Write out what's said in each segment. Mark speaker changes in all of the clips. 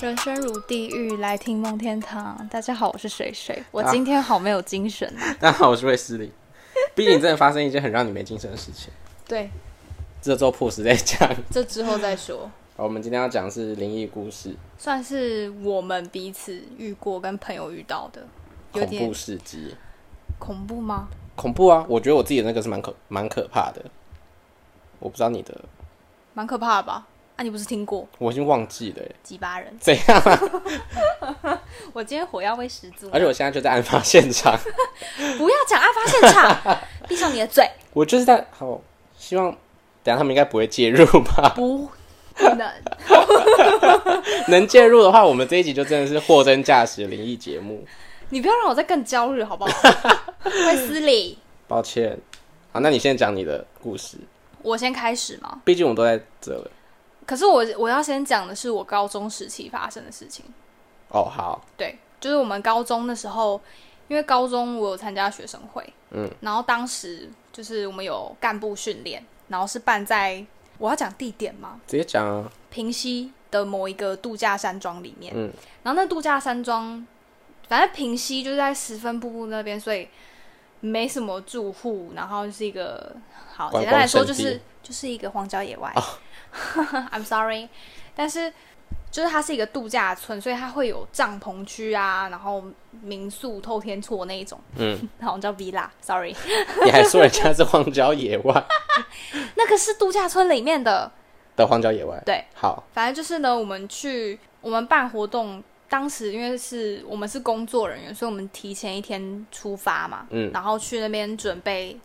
Speaker 1: 人生如地狱，来听梦天堂。大家好，我是水
Speaker 2: 啊
Speaker 1: 水，我今天好没有精神。
Speaker 3: 大家好，我是卫斯理。毕竟真的发生一件很让你没精神的事情，
Speaker 2: 对，
Speaker 3: 这周破实在讲。
Speaker 2: 这之后再说。
Speaker 3: 好，我们今天要讲的是灵异故事、
Speaker 2: 算是我们彼此遇过跟朋友遇到的，有
Speaker 3: 恐
Speaker 2: 点
Speaker 3: 怖事迹，
Speaker 2: 恐怖吗？
Speaker 3: 恐怖啊！我觉得我自己的那个是蛮可蛮可怕的。我不知道你的，
Speaker 2: 蛮可怕的吧？啊，你不是听过
Speaker 3: 我已经忘记了耶，欸
Speaker 2: 几巴人？
Speaker 3: 怎样啊？
Speaker 2: 我今天火药味十足，
Speaker 3: 而且我现在就在案发现场，
Speaker 2: 不要讲案发现 场，闭上你的嘴，
Speaker 3: 我就是在好，希望等一下他们应该不会介入吧？
Speaker 2: 不不能。
Speaker 3: 能介入的话，我们这一集就真的是货真价实的灵异节目。
Speaker 2: 你不要让我再更焦虑好 不好？会失礼，
Speaker 3: 抱歉，好，那你先讲你的故事，
Speaker 2: 我先开始吗？
Speaker 3: 毕竟我们都在这了。
Speaker 2: 可是我我要先讲的是我高中时期发生的事情。
Speaker 3: 哦，好，
Speaker 2: 对，就是我们高中的时候，因为高中我有参加学生会，
Speaker 3: 嗯，
Speaker 2: 然后当时就是我们有干部训练，然后是办在我要讲地点吗？
Speaker 3: 直接讲啊。
Speaker 2: 平西的某一个度假山庄里面，
Speaker 3: 嗯，
Speaker 2: 然后那度假山庄，反正平西就是在十分瀑布那边，所以没什么住户，然后就是一个好
Speaker 3: 观光
Speaker 2: 简单来说就
Speaker 3: 圣
Speaker 2: 是
Speaker 3: 地啊
Speaker 2: 就是一个荒郊野外。I'm sorry，但是就是它是一个度假村，所以它会有帐篷区啊，然后民宿、透天厝那一种，
Speaker 3: 嗯，
Speaker 2: 好像叫 villa，sorry，
Speaker 3: 你还说人家是荒郊野外
Speaker 2: 那个是度假村里面的。
Speaker 3: 的荒郊野外？
Speaker 2: 对，
Speaker 3: 好，
Speaker 2: 反正就是呢，我们去我们办活动，当时因为是我们是工作人员，所以我们提前一天出发嘛，
Speaker 3: 嗯
Speaker 2: 然后去那边准备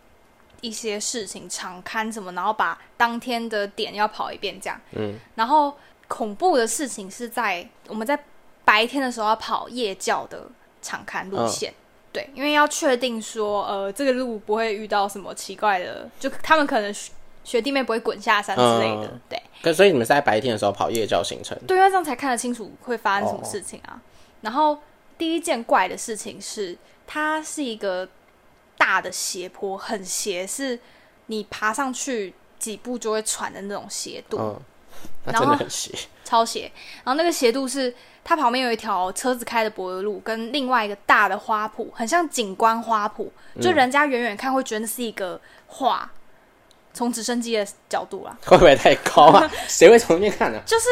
Speaker 2: 一些事情，场刊什么，然后把当天的点要跑一遍这样。
Speaker 3: 嗯，
Speaker 2: 然后恐怖的事情是在我们在白天的时候要跑夜教的场刊路线。
Speaker 3: 哦
Speaker 2: 对，因为要确定说，呃，这个路不会遇到什么奇怪的，就他们可能学学弟妹不会滚下山之类的，
Speaker 3: 嗯
Speaker 2: 对。
Speaker 3: 可所以你们是在白天的时候跑夜教行程？
Speaker 2: 对，因为这样才看得清楚会发生什么事情啊。然后第一件怪的事情是，它是一个大的斜坡，很斜，是你爬上去几步就会喘的那种斜度，
Speaker 3: 嗯，那
Speaker 2: 然
Speaker 3: 真
Speaker 2: 后
Speaker 3: 的很邪。
Speaker 2: 超斜。然后那个斜度是它旁边有一条车子开的柏油路，跟另外一个大的花圃，很像景观花圃，就人家远远看会觉得那是一个画，从直升机的角度啦。
Speaker 3: 会不会太高 啊？谁会从那边看啊呢、
Speaker 2: 就是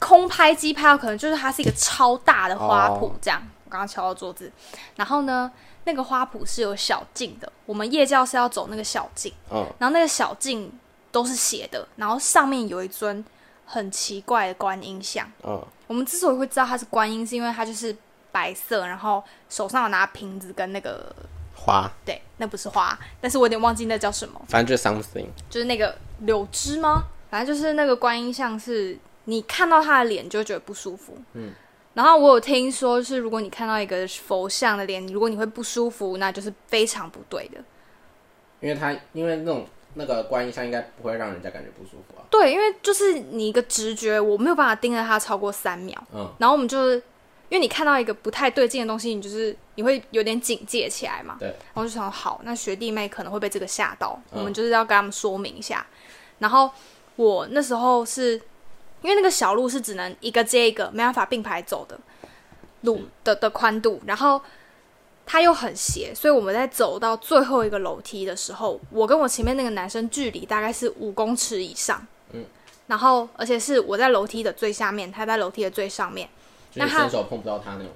Speaker 2: 空拍机拍到可能就是它是一个超大的花圃
Speaker 3: 哦
Speaker 2: 这样。我刚刚敲到桌子，然后呢，那个花圃是有小径的，我们夜教是要走那个小径，
Speaker 3: 嗯，
Speaker 2: 然后那个小径都是斜的，然后上面有一尊很奇怪的观音像。
Speaker 3: 嗯
Speaker 2: 我们之所以会知道它是观音，是因为它就是白色，然后手上有拿瓶子跟那个。
Speaker 3: 花，
Speaker 2: 对，那不是花，但是我有点忘记那叫什么。
Speaker 3: 反正就是 something。
Speaker 2: 就是那个柳枝吗？反正就是那个观音像是，你看到他的脸就会觉得不舒服。嗯，然后我有听说，就是如果你看到一个佛像的脸，如果你会不舒服，那就是非常不对的。
Speaker 3: 因为它因为那种那个观音像应该不会让人家感觉不舒服啊。
Speaker 2: 对，因为就是你一个直觉，我没有办法盯着它超过三秒。
Speaker 3: 嗯，
Speaker 2: 然后我们就是因为你看到一个不太对劲的东西，你就是你会有点警戒起来嘛。
Speaker 3: 对
Speaker 2: 然后我就想，好，那学弟妹可能会被这个吓到，
Speaker 3: 嗯
Speaker 2: 我们就是要跟他们说明一下。然后我那时候是因为那个小路是只能一个接一个，没办法并排走的路的的宽度，然后。它又很斜，所以我们在走到最后一个楼梯的时候，我跟我前面那个男生距离大概是五公尺以上，
Speaker 3: 嗯，
Speaker 2: 然后而且是我在楼梯的最下面，他在楼梯的最上面，
Speaker 3: 就是
Speaker 2: 那
Speaker 3: 你
Speaker 2: 它
Speaker 3: 伸手碰不到它那种。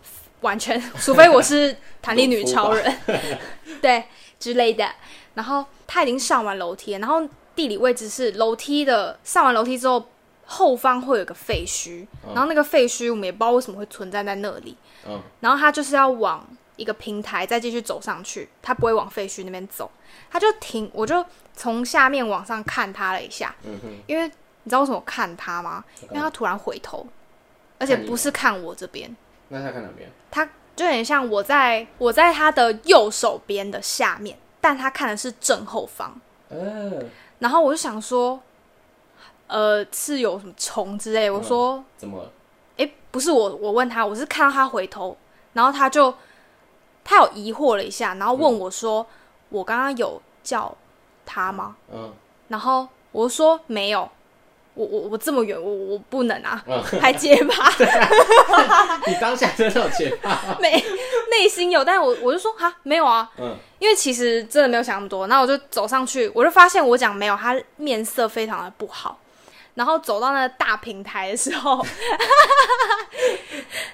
Speaker 2: 完全， 除非我是弹力女超人， 对之类的。然后他已经上完楼梯了，然后地理位置是楼梯的，上完楼梯之后后方会有个废墟，
Speaker 3: 嗯
Speaker 2: 然后那个废墟我们也不知道为什么会存在在那里，
Speaker 3: 嗯，
Speaker 2: 然后他就是要往一个平台再继续走上去，他不会往废墟那边走，他就停，我就从下面往上看他了一下，
Speaker 3: 嗯哼，
Speaker 2: 因为你知道为什么我看他吗？因为他突然回头，而且
Speaker 3: 看你
Speaker 2: 不是看我这边。
Speaker 3: 那他看哪边？
Speaker 2: 他就有点像我在我在他的右手边的下面，但他看的是正后方。
Speaker 3: 呃，
Speaker 2: 然后我就想说，呃，是有什么虫之类。我说，
Speaker 3: 怎么了？
Speaker 2: 诶，不是我，我问他，我是看到他回头，然后他就他有疑惑了一下，然后问我说，我刚刚有叫他吗？
Speaker 3: 嗯，
Speaker 2: 然后我就说没有，我我我这么远，我我不能啊，
Speaker 3: 嗯
Speaker 2: 还结巴，
Speaker 3: 你当下真的有结巴？
Speaker 2: 内内心有，但我我就说哈没有啊，
Speaker 3: 嗯，
Speaker 2: 因为其实真的没有想那么多，然后我就走上去，我就发现我讲没有，他面色非常的不好。然后走到那个大平台的时候，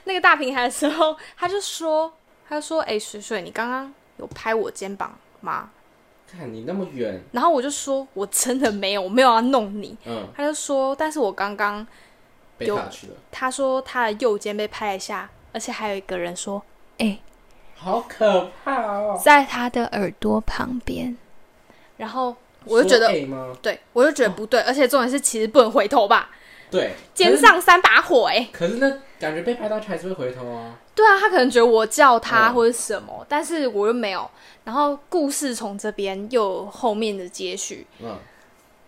Speaker 2: 那个大平台的时候，他就说，他就说，哎、水水，你刚刚有拍我肩膀吗？
Speaker 3: 看你那么远，
Speaker 2: 然后我就说，我真的没有，我没有要弄你。
Speaker 3: 嗯，
Speaker 2: 他就说，但是我刚刚，
Speaker 3: 被
Speaker 2: 有
Speaker 3: 卡去了，
Speaker 2: 他说他的右肩被拍了一下，而且还有一个人说，哎、
Speaker 3: 好可怕哦！
Speaker 1: 在他的耳朵旁边，
Speaker 2: 然后我就觉得
Speaker 3: 说，A 哎吗？
Speaker 2: 对我就觉得不对，而且重点是其实不能回头吧，
Speaker 3: 对，
Speaker 2: 肩上三把火哎、
Speaker 3: 可是。可是那感觉被拍到还是会回头啊。
Speaker 2: 对啊，他可能觉得我叫他
Speaker 3: 嗯
Speaker 2: 或者什么，但是我又没有。然后故事从这边又有后面的接续，
Speaker 3: 嗯，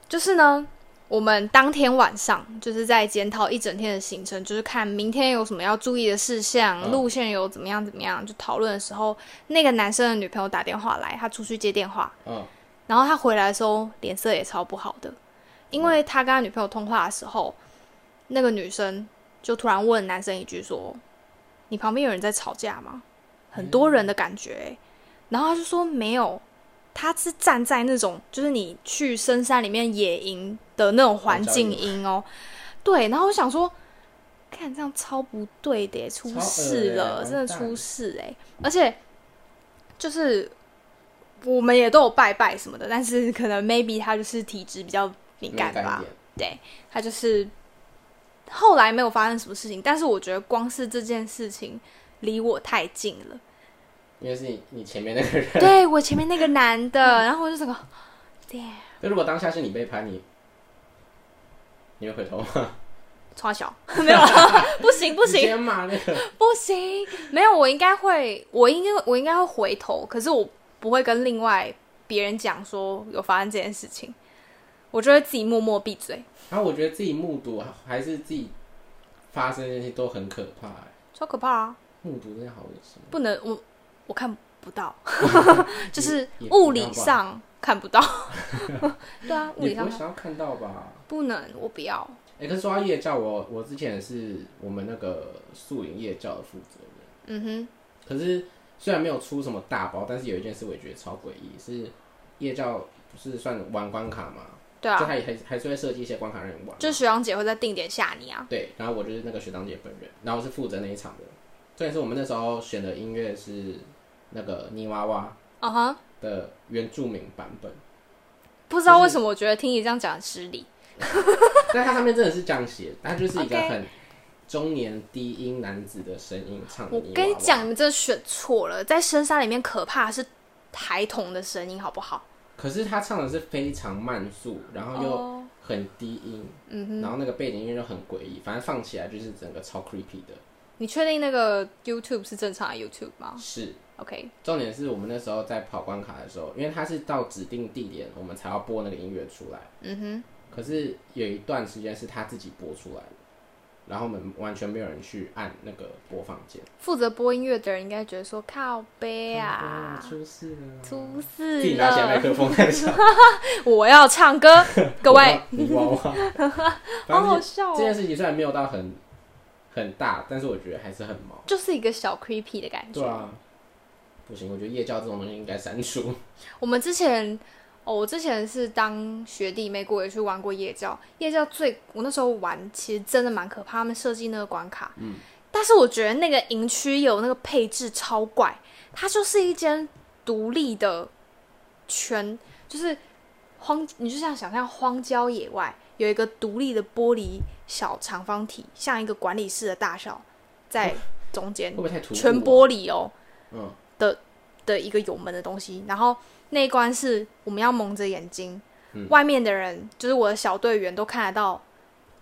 Speaker 2: 就是呢，我们当天晚上就是在检讨一整天的行程，就是看明天有什么要注意的事项，
Speaker 3: 嗯
Speaker 2: 路线有怎么样怎么样，就讨论的时候，那个男生的女朋友打电话来，他出去接电话，
Speaker 3: 嗯，
Speaker 2: 然后他回来的时候脸色也超不好的，因为他跟他女朋友通话的时候，那个女生就突然问男生一句说：“你旁边有人在吵架吗？”很多人的感觉欸、
Speaker 3: 嗯
Speaker 2: 然后他就说没有，他是站在那种就是你去深山里面野营的那种环境音哦、对，然后我想说，看这样超不对的耶，欸出
Speaker 3: 超恶
Speaker 2: 事
Speaker 3: 的
Speaker 2: 了，
Speaker 3: 完
Speaker 2: 真的
Speaker 3: 蛋
Speaker 2: 出事哎，而且就是我们也都有拜拜什么的，但是 可能 maybe 他就是体质比较敏
Speaker 3: 敏
Speaker 2: 感
Speaker 3: 感
Speaker 2: 吧
Speaker 3: 一，点
Speaker 2: 对他就是后来没有发生什么事情，但是我觉得光是这件事情离我太近 了。
Speaker 3: 因为是你你前面那个人。
Speaker 2: 对我前面那个男的，
Speaker 3: 嗯
Speaker 2: 然后我就整个，对，
Speaker 3: 那如果当下是你被拍，你你会回头吗？
Speaker 2: 超小， 没有，不行 不
Speaker 3: 直
Speaker 2: 行
Speaker 3: 接骂那个。
Speaker 2: 不行，没有，我应该会，我应该我应该会回头，可是我不会跟另外别人讲说有发生这件事情，我就会自己默默闭嘴，
Speaker 3: 然后啊我觉得自己目睹还是自己发生这些都很可怕、欸，
Speaker 2: 超可怕啊，
Speaker 3: 目睹真的好恶心。
Speaker 2: 不能，我我看不 到， 就是
Speaker 3: 也也
Speaker 2: 物理
Speaker 3: 不知道吧
Speaker 2: 上看 不到，对啊，物
Speaker 3: 你
Speaker 2: 理上
Speaker 3: 不会
Speaker 2: 看
Speaker 3: 想要看到吧？
Speaker 2: 不能，我不要，
Speaker 3: 哎、可是说到夜教，我我之前是我们那个宿营夜教的负责人。
Speaker 2: 嗯哼，
Speaker 3: 可是虽然没有出什么大包，但是有一件事我也觉得超诡异，是夜教不是算玩关卡嘛？
Speaker 2: 对
Speaker 3: 就
Speaker 2: 啊，
Speaker 3: 还还还是会设计一些关卡让你玩。
Speaker 2: 就是学长姐会在定点吓你啊，
Speaker 3: 对，然后我就是那个学长姐本人，然后我是负责那一场的。重点是我们那时候选的音乐是那个泥娃娃
Speaker 2: 嗯哼。
Speaker 3: 的原住民版本，
Speaker 2: 不知道为什么，我觉得听你这样讲很失礼。
Speaker 3: 但它上面真的是这样写，它就是一个
Speaker 2: OK
Speaker 3: 很中年低音男子的声音唱的
Speaker 2: 我
Speaker 3: 泥娃娃。
Speaker 2: 跟你讲，你们真的选错了，在深山里面可怕的是孩童的声音，好不好？
Speaker 3: 可是他唱的是非常慢速，然后又
Speaker 2: 哦，
Speaker 3: 很低音，
Speaker 2: 嗯
Speaker 3: 然后那个背景音乐就很诡异，反正放起来就是整个超 creepy 的。
Speaker 2: 你确定那个 YouTube 是正常的 YouTube 吗
Speaker 3: 是，
Speaker 2: ？OK，
Speaker 3: 重点是我们那时候在跑关卡的时候，因为它是到指定地点我们才要播那个音乐出来。
Speaker 2: 嗯哼，
Speaker 3: 可是有一段时间是他自己播出来的，然后我们完全没有人去按那个播放键。
Speaker 2: 负责播音乐的人应该觉得说靠背啊，
Speaker 3: 哦出事了！
Speaker 2: 出
Speaker 3: 嗯自
Speaker 2: 事
Speaker 3: 己拿起来麦
Speaker 2: 了，
Speaker 3: 克风在唱，
Speaker 2: 我要唱 歌， 各位，
Speaker 3: 你娃 娃，
Speaker 2: 好
Speaker 3: 反
Speaker 2: 好
Speaker 3: 正
Speaker 2: 笑
Speaker 3: 这件
Speaker 2: 哦，
Speaker 3: 事情虽然没有到很很大，但是我觉得还是很毛。
Speaker 2: 就是一个小 creepy 的感觉
Speaker 3: 对。啊，不行，我觉得夜教这种东西应该删除。
Speaker 2: 我们之前，哦，我之前是当学弟妹过，也去玩过夜教。夜教最，我那时候玩其实真的蛮可怕，他们设计那个关卡，嗯，但是我觉得那个营区有那个配置超怪，它就是一间独立的圈，就是荒，你就像想象荒郊野外有一个独立的玻璃小长方体，像一个管理室的大小，在中间
Speaker 3: 会， 不会太突兀、啊？
Speaker 2: 全玻璃哦，
Speaker 3: 嗯
Speaker 2: 的的一个有门的东西，然后那一关是我们要蒙着眼睛，
Speaker 3: 嗯
Speaker 2: 外面的人就是我的小队员都看得到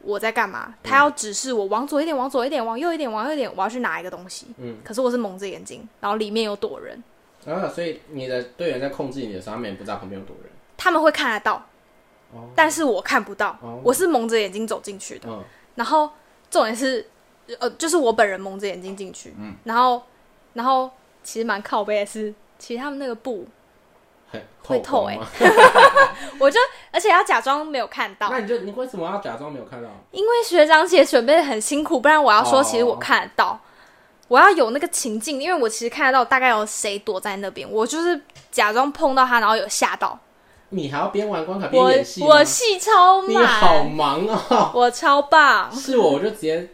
Speaker 2: 我在干嘛，他要指示我往左一点，往左一点，往右一点，往右一点，我要去拿一个东西，
Speaker 3: 嗯
Speaker 2: 可是我是蒙着眼睛，然后里面有躲人，
Speaker 3: 啊，所以你的队员在控制你的时候，他们也不知道旁边有多人。
Speaker 2: 他们会看得到，
Speaker 3: 哦
Speaker 2: 但是我看不到，
Speaker 3: 哦
Speaker 2: 我是蒙着眼睛走进去的，
Speaker 3: 嗯，
Speaker 2: 然后重点是，呃，就是我本人蒙着眼睛进去，然后然后其实蛮靠背的是，其实他们那个布
Speaker 3: 很
Speaker 2: 会透
Speaker 3: 光
Speaker 2: 欸
Speaker 3: 吗
Speaker 2: 我就而且要假装没有看到，
Speaker 3: 那你就你为什么要假装没有看到？
Speaker 2: 因为学长姐准备的很辛苦，不然我要
Speaker 3: 哦
Speaker 2: 说其实我看得到，我要有那个情境，因为我其实看得到大概有谁躲在那边，我就是假装碰到他，然后有吓到，
Speaker 3: 你还要边玩关卡边
Speaker 2: 我
Speaker 3: 演戏吗？
Speaker 2: 我啊戏超
Speaker 3: 你好
Speaker 2: 满，
Speaker 3: 忙哦。
Speaker 2: 我超棒，
Speaker 3: 是我，我就直接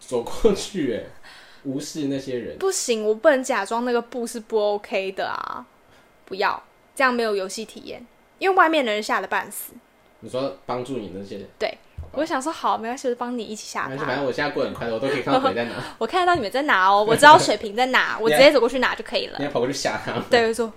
Speaker 3: 走过去，哎，无视那些人。
Speaker 2: 不行，我不能假装那个布是不 OK 的啊，不要这样没有游戏体验，因为外面的人吓得半死。
Speaker 3: 你说帮助你那些人，哦
Speaker 2: 我就想说好，没关系，我就帮你一起吓
Speaker 3: 但是反
Speaker 2: 他。
Speaker 3: 正我现在过得很快乐，我都可以看到鬼在哪，
Speaker 2: 我看得到你们在哪哦，我知道水瓶在哪，我直 接走过去拿就可以了
Speaker 3: 你。还跑过去吓他们。
Speaker 2: 对，我就说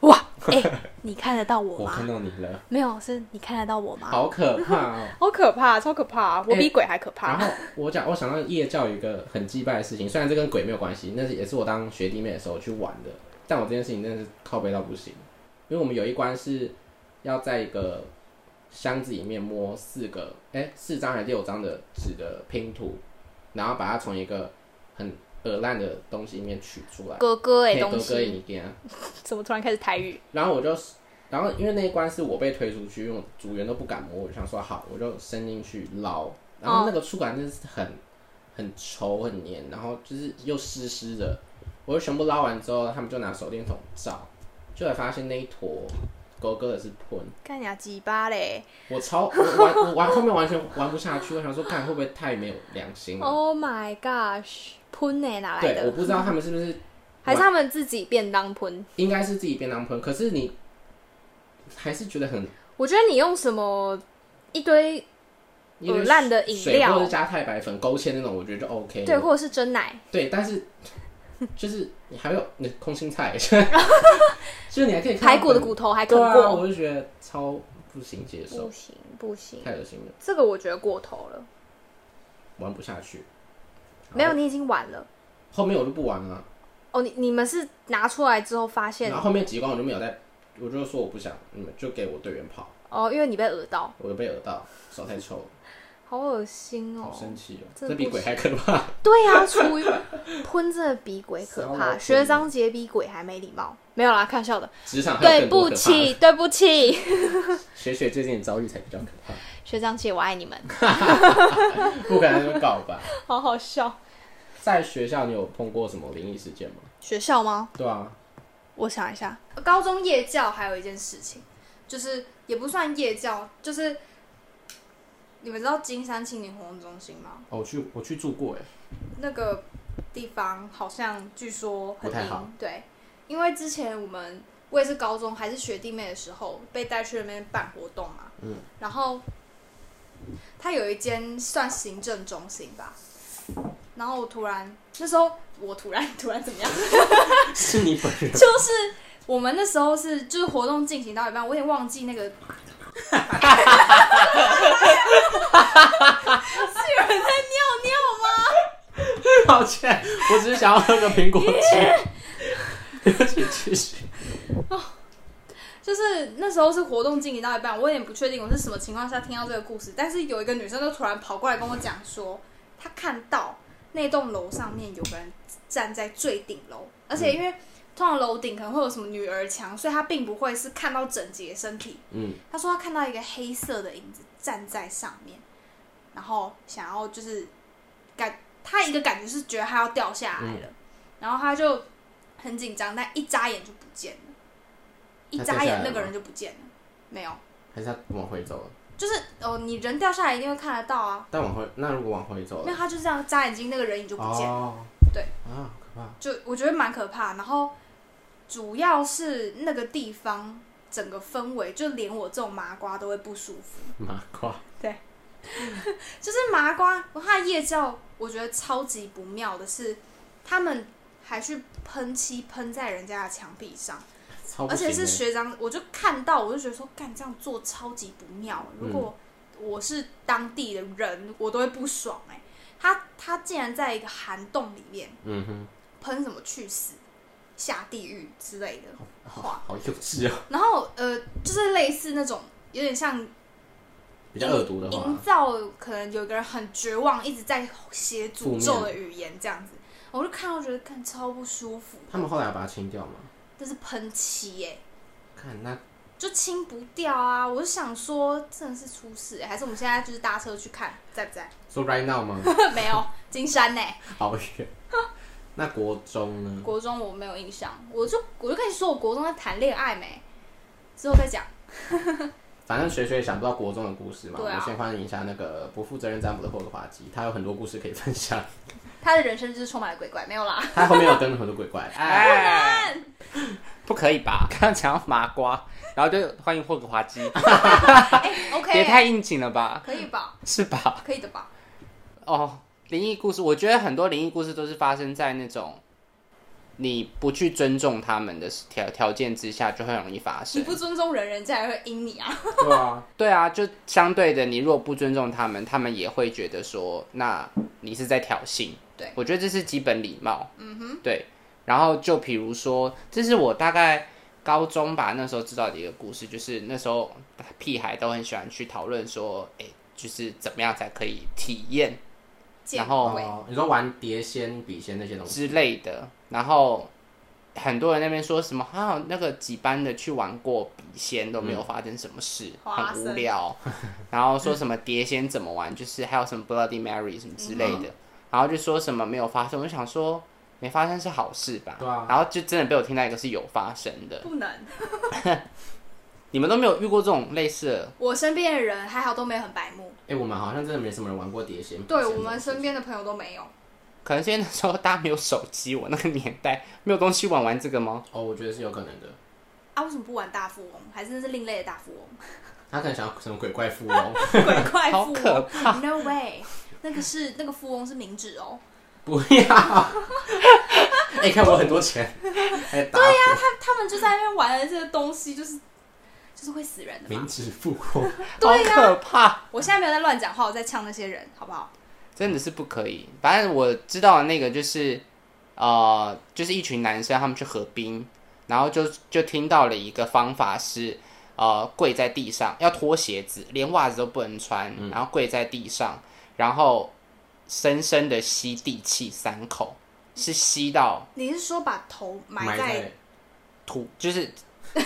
Speaker 2: 哇，哎、 你看得到我
Speaker 3: 我
Speaker 2: 吗
Speaker 3: 看？到你了，
Speaker 2: 没有，是你看得到我吗？
Speaker 3: 好可怕哦！
Speaker 2: 好可怕，超可怕，我比鬼还可怕。
Speaker 3: 然后我讲，我想到夜教有一个很祭拜的事情，虽然这跟鬼没有关系，那是也是我当学弟妹的时候去玩的，但我这件事情真的是靠背到不行，因为我们有一关是要在一个箱子里面摸四个，哎、四张还是六张的纸的拼图，然后把它从一个很恶烂的东西里面取出来，
Speaker 2: 哥哥哎、
Speaker 3: 嘿
Speaker 2: 东
Speaker 3: 哥哥
Speaker 2: 西，
Speaker 3: 你给啊，
Speaker 2: 怎么突然开始台语？
Speaker 3: 然后我就，然后因为那一关是我被推出去，因为我组员都不敢摸，我就想说好，我就伸进去捞，然后那个触感真的是很很稠很黏，然后就是又湿湿的，我就全部捞完之后，他们就拿手电筒照，就才发现那一坨狗哥的是喷，
Speaker 2: 干你啊鸡巴嘞
Speaker 3: 我超我玩我玩后面完全玩不下去，我想说看会不会太没有良心了，
Speaker 2: ！Oh my gosh，喷哎、哪来
Speaker 3: 对，
Speaker 2: 的？
Speaker 3: 我不知道他们是不是
Speaker 2: 还是他们自己便当喷？
Speaker 3: 应该是自己便当喷，可是你还是觉得很
Speaker 2: 我觉得你用什么一堆
Speaker 3: 因
Speaker 2: 有
Speaker 3: 为
Speaker 2: 呃烂的饮
Speaker 3: 水
Speaker 2: 料
Speaker 3: 或者加太白粉、勾芡那种，我觉得就 OK 了。
Speaker 2: 对，或者是真奶，
Speaker 3: 对 但是就是你还有那空心菜，就是你还可以看到
Speaker 2: 排骨的
Speaker 3: 粉
Speaker 2: 骨头还啃
Speaker 3: 哎对
Speaker 2: 过，
Speaker 3: 啊，我就觉得超不行接受
Speaker 2: 不，行不行，
Speaker 3: 太恶心了，
Speaker 2: 这个我觉得过头了。
Speaker 3: 玩不下去。
Speaker 2: 没有，你已经晚了。
Speaker 3: 后面我就不玩了，
Speaker 2: 哦，你你们是拿出来之后发现
Speaker 3: 然后后面几关我就没有再，我就说我不想，你们就给我队员跑，
Speaker 2: 哦，因为你被讹到，
Speaker 3: 我就被讹到，手太臭了，
Speaker 2: 好恶心哦
Speaker 3: 好。生气哦，
Speaker 2: 真
Speaker 3: 这
Speaker 2: 的
Speaker 3: 比
Speaker 2: 不
Speaker 3: 鬼
Speaker 2: 行
Speaker 3: 还可怕。
Speaker 2: 对呀、啊，出于喷真的比鬼可
Speaker 3: 骚扰
Speaker 2: 怕，
Speaker 3: 鬼
Speaker 2: 学长姐比鬼还没礼貌。没有啦，看笑的。
Speaker 3: 职场还
Speaker 2: 对
Speaker 3: 有更多
Speaker 2: 不
Speaker 3: 可怕
Speaker 2: 起，，对不起，
Speaker 3: 雪雪最近的遭遇才比较可怕，
Speaker 2: 学长姐，我爱你们。
Speaker 3: 不可能搞吧？
Speaker 2: 好好笑。
Speaker 3: 在学校你有碰过什么灵异事件吗？
Speaker 2: 学校吗？
Speaker 3: 对啊，
Speaker 2: 我想一下，高中夜教还有一件事情，就是也不算夜教，就是你们知道金山青年活动中心吗？
Speaker 3: 哦我去我去住过哎，
Speaker 2: 那个地方好像据说很
Speaker 3: 不太
Speaker 2: 阴
Speaker 3: 好
Speaker 2: 对，因为之前我们我也是高中还是学弟妹的时候，被带去那边办活动嘛，
Speaker 3: 嗯，
Speaker 2: 然后他有一间算行政中心吧，然后我突然那时候我突然突然怎么样？
Speaker 3: 是你本人
Speaker 2: 就是我们那时候是就是活动进行到一半，我有点忘记那个。 是有人在尿尿吗？
Speaker 3: 抱歉，我只是想要喝个苹果汁。 对不起，继续。
Speaker 2: 就是那时候是活动进行到一半，我有点不确定我是什么情况下听到这个故事，但是有一个女生就突然跑过来跟我讲说，她看到那栋楼上面有个人站在最顶楼，而且因为通常楼顶可能会有什么女儿墙，所以她并不会是看到整节身体。
Speaker 3: 嗯，
Speaker 2: 她说她看到一个黑色的影子站在上面，然后想要就是感她一个感觉是觉得她要掉下来
Speaker 3: 嗯
Speaker 2: 了，然后她就很紧张，但一眨眼就不见了，一
Speaker 3: 她
Speaker 2: 眨
Speaker 3: 掉下来
Speaker 2: 眼
Speaker 3: 了
Speaker 2: 那个
Speaker 3: 吗
Speaker 2: 人就不见了，没有，
Speaker 3: 还是他往回走了。
Speaker 2: 就是哦，你人掉下来一定会看得到啊，
Speaker 3: 但往回，那如果往回走
Speaker 2: 因为
Speaker 3: 了，
Speaker 2: 她就这样眨眼睛，那个人影就不见了。
Speaker 3: 哦，
Speaker 2: 对
Speaker 3: 啊，可怕。
Speaker 2: 就我觉得蛮可怕。然后主要是那个地方整个氛围，就连我这种麻瓜都会不舒服。
Speaker 3: 麻瓜，
Speaker 2: 就是麻瓜，他的夜教我觉得超级不妙的是，他们还去喷漆喷在人家的墙壁上，
Speaker 3: 超不
Speaker 2: 而
Speaker 3: 行
Speaker 2: 且是
Speaker 3: 欸
Speaker 2: 学长，我就看到我就觉得说，干这样做超级不妙。如果我是当地的人，我都会不爽哎、他他竟然在一个涵洞里面
Speaker 3: 嗯哼，
Speaker 2: 喷什么去死、下地狱之类的，
Speaker 3: 好
Speaker 2: 哇
Speaker 3: 好幼稚哦，
Speaker 2: 然后呃，就是类似那种有点像
Speaker 3: 比较恶毒的
Speaker 2: 营
Speaker 3: 话，
Speaker 2: 造，可能有个人很绝望，一直在写诅咒的语言这样子，我就看到觉得看超不舒服。
Speaker 3: 他们后来有把它清掉吗？
Speaker 2: 这是喷漆耶、
Speaker 3: 看那
Speaker 2: 就清不掉啊！我就想说，真的是出事、还是我们现在就是搭车去看，在不在？
Speaker 3: 说 right now 吗？
Speaker 2: 没有，金山呢、
Speaker 3: 好 远。那国中呢？
Speaker 2: 国中我没有印象，我就我就跟你说，我国中在谈恋爱没，之后再讲。
Speaker 3: 反正水水也想不到国中的故事嘛，
Speaker 2: 对啊
Speaker 3: 我们先欢迎一下那个不负责任占卜的霍格华基，他有很多故事可以分享，
Speaker 2: 他的人生就是充满了鬼怪，没有啦。
Speaker 3: 他后面有跟很多 鬼怪，哎，
Speaker 4: 哎，不可以吧？啊刚刚讲到麻瓜，然后就欢迎霍格华基，
Speaker 2: 哎、o k
Speaker 4: 也太应景了吧？
Speaker 2: 可以吧？
Speaker 4: 是吧？
Speaker 2: 可以的吧？
Speaker 4: 哦，灵异故事，我觉得很多灵异故事都是发生在那种你不去尊重他们的条条件之下，就很容易发
Speaker 2: 你
Speaker 4: 生。
Speaker 2: 不尊重人，人家也会阴你啊。
Speaker 3: 对啊，
Speaker 4: 对啊，就相对的，你如果不尊重他们，他们也会觉得说，那你是在挑衅。
Speaker 2: 对
Speaker 4: 我觉得这是基本礼貌。嗯哼，对。然后就比如说，这是我大概高中吧，那时候知道的一个故事，就是那时候屁孩都很喜欢去讨论说，哎、就是怎么样才可以体验
Speaker 2: 见
Speaker 4: 然后
Speaker 2: 鬼
Speaker 3: 哦，你说玩碟仙、笔仙那些东西，
Speaker 4: 之类的。然后很多人那边说什么，还、有那个几班的去玩过笔仙都没有发生什么事，
Speaker 2: 花
Speaker 4: 很无
Speaker 2: 生
Speaker 4: 聊。然后说什么碟仙怎么玩， 就是还有什么 Bloody Mary 什么之类的。
Speaker 2: 嗯
Speaker 4: 然后就说什么没有发生，我就想说没发生是好事吧。
Speaker 3: 对啊
Speaker 4: 然后就真的被我听到一个是有发生的，
Speaker 2: 不能。
Speaker 4: 你们都没有遇过这种类似的。
Speaker 2: 我身边的人还好都没有很白目，
Speaker 3: 哎、我们好像真的没什么人玩过碟仙，
Speaker 2: 对
Speaker 3: 笔仙
Speaker 2: 我们
Speaker 3: 这种
Speaker 2: 身边的朋友都没有。
Speaker 4: 可能是因为那时候大家没有手机，我那个年代没有东西玩，玩这个吗？
Speaker 3: 哦，我觉得是有可能的，
Speaker 2: 啊，为什么不玩大富翁？还是那是另类的大富 翁？
Speaker 3: 他可能想要什么鬼怪富翁，
Speaker 2: 鬼怪
Speaker 4: 好
Speaker 2: 富
Speaker 4: 可
Speaker 2: 翁？No way！那个是那个富翁是明指哦，
Speaker 3: 不要，哎、看我很多钱，哎、打对呀、
Speaker 2: 他他们就在那边玩的这个东西，就是就是会死人的嘛
Speaker 3: 明。知富 翁，
Speaker 2: 对啊
Speaker 4: 好
Speaker 2: 呀、
Speaker 4: 可怕。
Speaker 2: 我现在没有在乱讲话，我在呛那些人，好不好？
Speaker 4: 真的是不可以。反正我知道的那个就是，呃，就是一群男生他们去河滨，然后就就听到了一个方法是，呃，跪在地上要脱鞋子，连袜子都不能穿，然后跪在地上，然后深深的吸地气三口，是吸到
Speaker 2: 你是说把头埋
Speaker 3: 埋
Speaker 2: 在
Speaker 3: 在
Speaker 4: 土，就是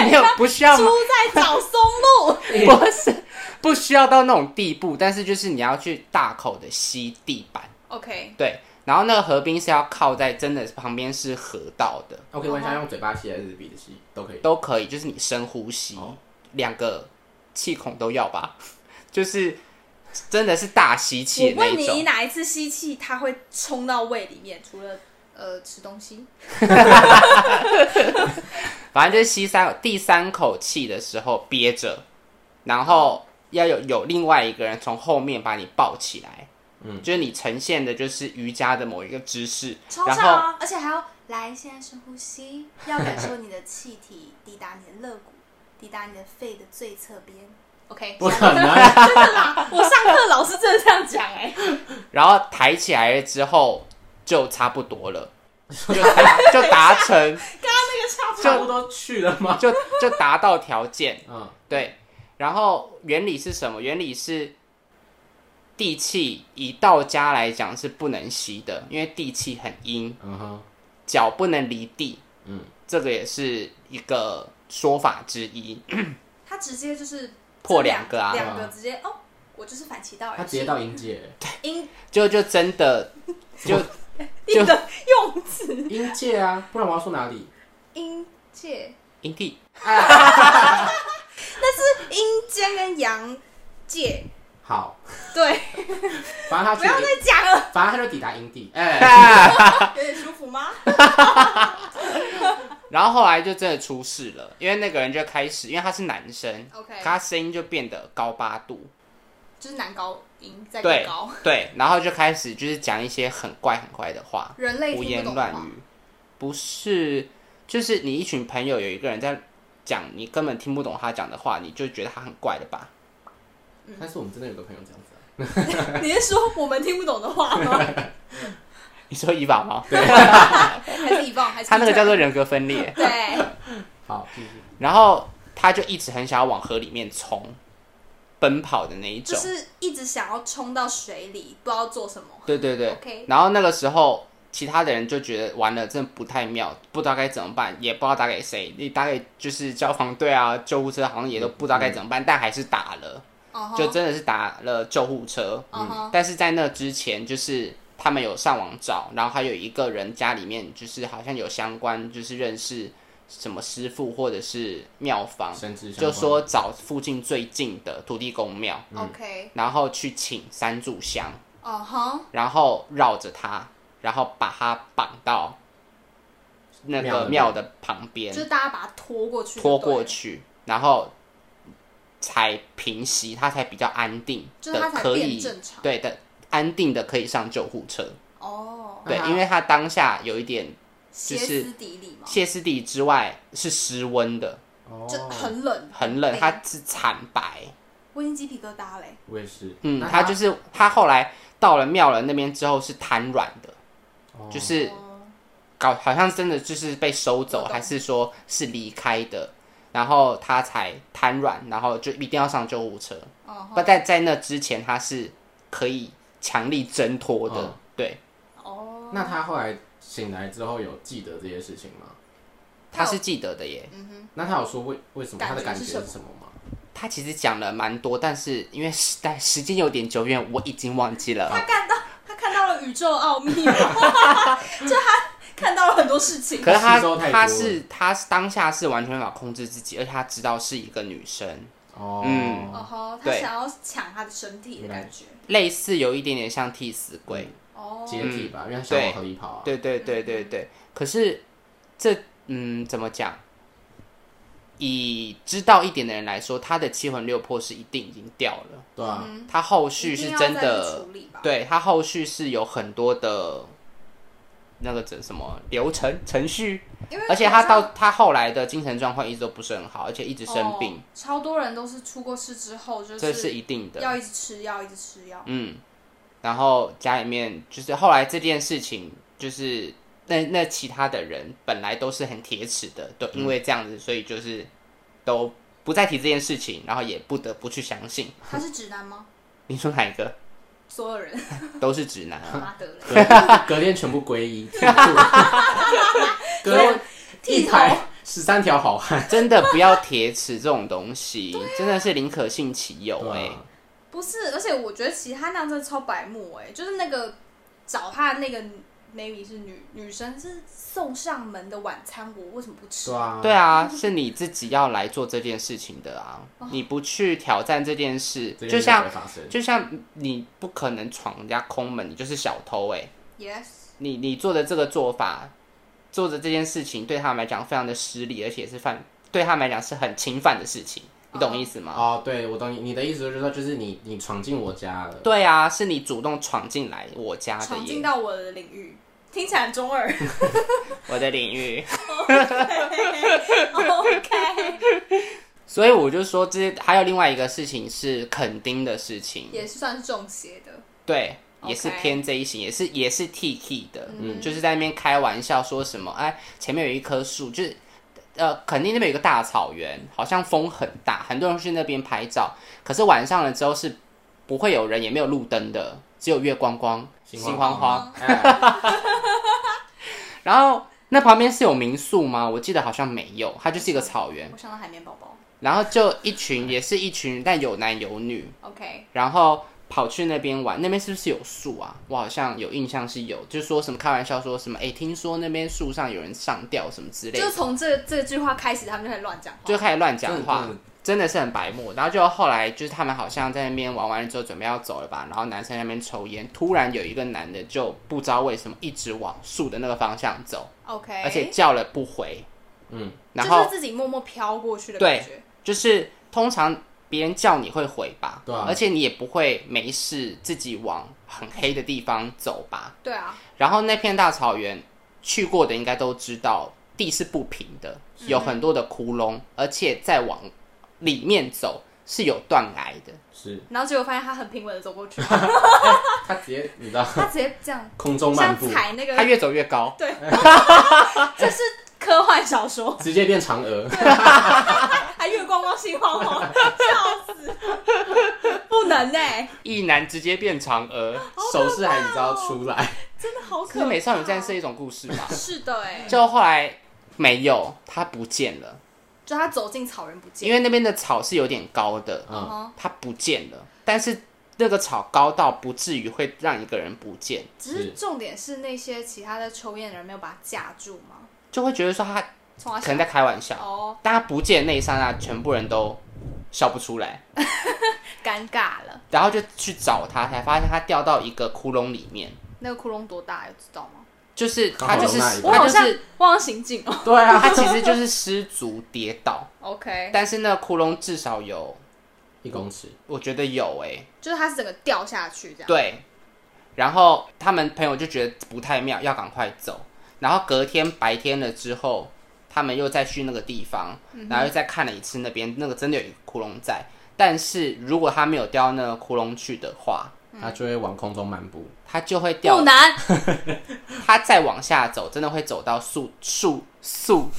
Speaker 4: 没有不需要
Speaker 2: 猪在找松露？
Speaker 4: 不是不需要到那种地步，但是就是你要去大口的吸地板。
Speaker 2: OK，
Speaker 4: 对，然后那个河滨是要靠在真的旁边是河道的，
Speaker 3: ，OK，我想用嘴巴吸还是鼻子吸都可 以，
Speaker 4: 都可以，就是你深呼吸，
Speaker 3: 哦
Speaker 4: 两个气孔都要吧， 就是真的是大吸气
Speaker 2: 我
Speaker 4: 的那
Speaker 2: 问
Speaker 4: 一
Speaker 2: 你，你
Speaker 4: 种。
Speaker 2: 哪一次吸气它会冲到胃里面？除了呃吃东西，
Speaker 4: 反正就是吸三第三口气的时候憋着，然后要有有另外一个人从后面把你抱起来。嗯，就是你呈现的就是瑜伽的某一个姿势，
Speaker 2: 超
Speaker 4: 然
Speaker 2: 上
Speaker 4: 后
Speaker 2: 啊！而且还要来，现在深呼 吸，要感受你的气体抵达你的肋骨，抵达你的肺的最侧边。OK，
Speaker 3: 不可能，啊
Speaker 2: 真的啦，我上课老师真的这样讲哎、
Speaker 4: 然后抬起来了之后就差不多了，就达 就达成
Speaker 2: 刚刚那个笑话
Speaker 3: 差不多去了 吗？
Speaker 4: 就就达到条件，
Speaker 3: 嗯，
Speaker 4: 对。然后原理是什么？原理是地气以道家来讲是不能吸的，因为地气很阴，
Speaker 3: 嗯哼，
Speaker 4: 脚不能离地，
Speaker 3: 嗯，
Speaker 4: 这个也是一个说法之一。
Speaker 2: 他直接就是
Speaker 4: 破
Speaker 2: 这
Speaker 4: 两个啊
Speaker 2: 两个
Speaker 3: 嗯
Speaker 2: 直接哦，我就是反其道而行。
Speaker 3: 他直接到阴界，
Speaker 2: 因
Speaker 4: 就就真的就就
Speaker 2: 你的用词
Speaker 3: 阴界啊，不然我要说 哪里？哎
Speaker 2: 阴界，
Speaker 4: 阴地
Speaker 2: 但是阴间跟阳界，
Speaker 3: 好，
Speaker 2: 对，
Speaker 3: 反正他
Speaker 2: 不要
Speaker 3: 去，
Speaker 2: 再讲了，
Speaker 3: 反正他就抵达阴地，哎、
Speaker 2: 有点舒服吗？
Speaker 4: 然后后来就真的出事了，因为那个人就开始，因为他是男生
Speaker 2: OK
Speaker 4: 可他声音就变得高八度，
Speaker 2: 就是男高音在更
Speaker 4: 对
Speaker 2: 高，
Speaker 4: 对，然后就开始就是讲一些很怪很怪的话，
Speaker 2: 人类
Speaker 4: 胡
Speaker 2: 听
Speaker 4: 言
Speaker 2: 不懂
Speaker 4: 乱
Speaker 2: 的话
Speaker 4: 语，不是，就是你一群朋友有一个人在讲你根本听不懂他讲的话，你就觉得他很怪了吧？
Speaker 3: 但是我们真的有个朋友这样子、啊，
Speaker 2: 你是说我们听不懂的话吗？
Speaker 4: 你说以法吗？
Speaker 2: 还是遗忘？还是
Speaker 4: 他那个
Speaker 2: Peter？
Speaker 4: 叫做人格 分裂，
Speaker 2: 对，
Speaker 3: 好，继续，
Speaker 4: 然后他就一直很想要往河里面冲，奔跑的那一
Speaker 2: 就
Speaker 4: 种。
Speaker 2: 是一直想要冲到水里，不知道做什么。
Speaker 4: 对对对
Speaker 2: OK
Speaker 4: 然后那个时候其他的人就觉得完了，真的不太妙，不知道该怎么办，也不知道打给谁。你打给就是消防队啊、救护车，好像也都不知道该怎么办，但还是打了，
Speaker 2: 哦吼
Speaker 4: 就真的是打了救护车。
Speaker 2: 哦吼
Speaker 4: 但是在那之前，就是他们有上网找，然后还有一个人家里面就是好像有相关，就是认识什么师傅或者是庙方，
Speaker 3: 神之相
Speaker 4: 就
Speaker 3: 关
Speaker 4: 说找附近最近的土地公庙，
Speaker 2: ，OK，
Speaker 4: 然后去请三炷香，
Speaker 2: 哦哈，
Speaker 4: 然后绕着他，然后把他绑到那
Speaker 3: 庙
Speaker 4: 个
Speaker 3: 的
Speaker 4: 庙的旁
Speaker 2: 就
Speaker 4: 边，
Speaker 2: 是大家把它拖过去，
Speaker 4: 拖过，去，然后才平息，他才比较安定
Speaker 2: 就是
Speaker 4: 的
Speaker 2: 它，才
Speaker 4: 可
Speaker 2: 变
Speaker 4: 以
Speaker 2: 正常。
Speaker 4: 对的，安定的可以上救护车。
Speaker 2: 哦，
Speaker 4: 对，
Speaker 3: 啊
Speaker 4: 因为他当下有一点
Speaker 2: 歇
Speaker 4: 是
Speaker 2: 斯底里嘛，
Speaker 4: 歇斯底之外是失温的，
Speaker 3: 哦
Speaker 2: 就很冷，
Speaker 4: 很冷，
Speaker 2: 对
Speaker 4: 他是惨白。
Speaker 2: 我已经鸡皮疙瘩嘞。
Speaker 3: 我也是，
Speaker 4: 嗯，
Speaker 2: 啊
Speaker 3: 那
Speaker 4: 他就是他后来到了庙人那边之后是瘫软的，
Speaker 3: 哦
Speaker 4: 就是
Speaker 2: 哦
Speaker 4: 搞好像真的就是被收走，
Speaker 2: 我懂
Speaker 4: 还是说是离开的，然后他才瘫软，然后就一定要上救护车。
Speaker 2: 哦
Speaker 4: 不但在那之前他是可以强力挣脱的，
Speaker 3: 嗯
Speaker 4: 对，
Speaker 2: 哦，
Speaker 3: 那他后来醒来之后有记得这些事情吗？
Speaker 2: 他
Speaker 4: 他
Speaker 2: 有
Speaker 4: 是记得的耶。
Speaker 3: 那他有说为为什么
Speaker 2: 嗯感
Speaker 3: 他
Speaker 2: 觉
Speaker 3: 的感觉
Speaker 2: 是什么
Speaker 3: 是什么吗？
Speaker 4: 他其实讲了蛮多，但是因为时代时间有点久远，我已经忘记了。
Speaker 2: 他看到他看到了宇宙奥秘， 就他看到了很多事情。
Speaker 4: 可是他
Speaker 3: 吸收太多了
Speaker 4: 他是他是当下是完全无法控制自己，而且他知道是一个女生，
Speaker 3: 哦，
Speaker 4: 嗯
Speaker 2: 哦吼，他
Speaker 4: 对
Speaker 2: 想要抢他的身体的感觉。
Speaker 4: 类似有一点点像替死鬼。
Speaker 3: 嗯
Speaker 2: 哦，
Speaker 3: 解体吧，因为小
Speaker 4: 对
Speaker 3: 宝合一跑啊，
Speaker 4: 嗯对对对对对。可是这嗯怎么讲？以知道一点的人来说，他的七魂六魄是一定已经掉了，
Speaker 3: 对啊，
Speaker 2: 嗯
Speaker 4: 他后续
Speaker 2: 一定
Speaker 4: 是
Speaker 2: 要
Speaker 4: 真
Speaker 2: 再去
Speaker 4: 的
Speaker 2: 处理吧
Speaker 4: 对他后续是有很多的那个怎什么流程程序
Speaker 2: 因为，
Speaker 4: 而且他
Speaker 2: 嗯好像
Speaker 4: 到他后来的精神状况一直都不是很好，而且一直生病
Speaker 2: 哦，超多人都是出过事之后就
Speaker 4: 这是一定的。
Speaker 2: 要一直吃药，一直吃药。
Speaker 4: 嗯，然后家里面就是后来这件事情，就是那那其他的人本来都是很铁齿的，都
Speaker 2: 嗯
Speaker 4: 因为这样子，所以就是都不再提这件事情，然后也不得不去相信。
Speaker 2: 他是直男吗？
Speaker 4: 你说哪一个？
Speaker 2: 所有人，
Speaker 4: 都是 直男
Speaker 2: 妈
Speaker 4: 啊。
Speaker 2: 的嘞，
Speaker 3: 隔隔天全部皈依，剃 度隔
Speaker 2: 啊剃
Speaker 3: 一
Speaker 2: 头
Speaker 3: 排十三条好汉，
Speaker 4: 真的不要铁齿这种东西，真的是宁可信其有哎、
Speaker 3: 对啊
Speaker 2: 不是，而且我觉得其他那样真的超白目哎、就是那个找他的那个 maybe 是女女生是送上门的晚餐，我为什么不吃？
Speaker 3: 对啊，
Speaker 4: 对啊，是你自己要来做这件事情的啊，
Speaker 2: 哦
Speaker 4: 你不去挑战这件事，
Speaker 3: 这件
Speaker 4: 就
Speaker 3: 事才
Speaker 4: 像
Speaker 3: 会发生，
Speaker 4: 就像你不可能闯人家空门，你就是小偷哎、
Speaker 2: ，yes，
Speaker 4: 你你做的这个做法，做的这件事情对他们来讲非常的失礼，而且是犯对他们来讲是很侵犯的事情，你懂意思吗？
Speaker 3: 哦，对我懂你，你的意思就是说，就是你你闯进我家了，
Speaker 4: 对啊，是你主动闯进来我家的
Speaker 2: 闯进
Speaker 4: 耶，
Speaker 2: 到我的领域，听起来很中二。
Speaker 4: 我的领域。
Speaker 2: OK，
Speaker 4: 所以我就说这些，还有另外一个事情是垦丁的事情，
Speaker 2: 也是算是中邪的。
Speaker 4: 对，
Speaker 2: OK
Speaker 4: 也是偏这一型，也是也是 T K 的，就是在那边开玩笑说什么，哎，前面有一棵树，就是呃，垦丁那边有一个大草原，好像风很大，很多人去那边拍照，可是晚上了之后是不会有人，也没有路灯的，只有月光光、
Speaker 3: 心
Speaker 4: 心
Speaker 3: 慌
Speaker 4: 慌慌。
Speaker 3: 哎
Speaker 4: 然后那旁边是有民宿吗？我记得好像没有，它就是一个草原，
Speaker 2: 我想到海绵宝宝。
Speaker 4: 然后就一群也是一群，但有男有女，
Speaker 2: OK，
Speaker 4: 然后跑去那边玩，那边是不是有树啊？我好像有印象是有，就说什么开玩笑说什么，哎、听说那边树上有人上吊什么之类
Speaker 2: 就
Speaker 4: 的，
Speaker 2: 从这这句话开始，他们就开始乱讲话。
Speaker 4: 就开始乱讲话
Speaker 3: 真的真的，
Speaker 4: 真的是很白目。然后就后来就是他们好像在那边玩完了之后准备要走了吧，然后男生在那边抽烟，突然有一个男的就不知道为什么一直往树的那个方向走，
Speaker 2: OK，
Speaker 4: 而且叫了不回，
Speaker 3: 嗯，
Speaker 4: 然
Speaker 2: 这就
Speaker 4: 后
Speaker 2: 是自己默默飘过去的感觉。
Speaker 4: 就是通常别人叫你会回吧，
Speaker 3: 对啊
Speaker 4: 而且你也不会没事自己往很黑的地方走吧。
Speaker 2: 对啊，
Speaker 4: 然后那片大草原，去过的应该都知道，地是不平的，
Speaker 2: 嗯
Speaker 4: 有很多的窟窿，而且再往里面走是有断崖的。
Speaker 3: 是
Speaker 2: 然后结果发现他很平稳的走 过去，
Speaker 3: 他直接你知道
Speaker 2: 他直接这样
Speaker 3: 空中漫
Speaker 2: 像
Speaker 3: 步，
Speaker 2: 踩那个
Speaker 4: 它越走越高，
Speaker 2: 这是科幻小说，
Speaker 3: 直接变嫦娥，
Speaker 2: 还月光光心慌 慌，笑死！不能哎、
Speaker 4: 一男直接变嫦娥，
Speaker 3: 哦手势还你知道出来，
Speaker 2: 真的好可
Speaker 4: 是
Speaker 2: 怕。？
Speaker 4: 美少女战士的一种故事吧
Speaker 2: 是的哎、
Speaker 4: 就后来没有，它不见了，
Speaker 2: 就他走进草原不见，
Speaker 4: 因为嗯那边的草是有点高的，
Speaker 3: 啊、
Speaker 2: 哦，
Speaker 4: 它不见了，但是那个草高到不至于会让一个人不见，
Speaker 2: 只是
Speaker 3: 是
Speaker 2: 重点是那些其他在抽烟的人没有把他架住吗？
Speaker 4: 就会觉得说他
Speaker 2: 从他
Speaker 4: 可能在开玩笑，
Speaker 2: 哦，
Speaker 4: 但他不见那一刹那，全部人都笑不出来，
Speaker 2: 尴尬了。
Speaker 4: 然后就去找他，才发现他掉到一个窟窿里面，
Speaker 2: 那个窟窿多大，有知道吗？
Speaker 4: 就是
Speaker 3: 刚
Speaker 4: 他
Speaker 3: 好
Speaker 4: 就是
Speaker 3: 容纳一个
Speaker 2: 我
Speaker 4: 他
Speaker 2: 好
Speaker 4: 就
Speaker 2: 像
Speaker 4: 是
Speaker 2: 我好像行进哦。
Speaker 3: 对啊，
Speaker 4: 他其实就是失足跌倒，
Speaker 2: OK，
Speaker 4: 但是那个窟窿至少有，
Speaker 3: 一公尺，
Speaker 4: 我觉得有哎、
Speaker 2: 就是他是整个掉下去这样。
Speaker 4: 对，然后他们朋友就觉得不太妙，要赶快走。然后隔天白天了之后，他们又再去那个地方，
Speaker 2: 嗯
Speaker 4: 然后又再看了一次那边，那个真的有一个窟窿在。但是如果他没有掉到那个窟窿去的话，
Speaker 3: 他就会往空中漫步。
Speaker 4: 他就会
Speaker 2: 不
Speaker 4: 掉。
Speaker 2: 难，
Speaker 4: 他再往下走，真的会走到树树树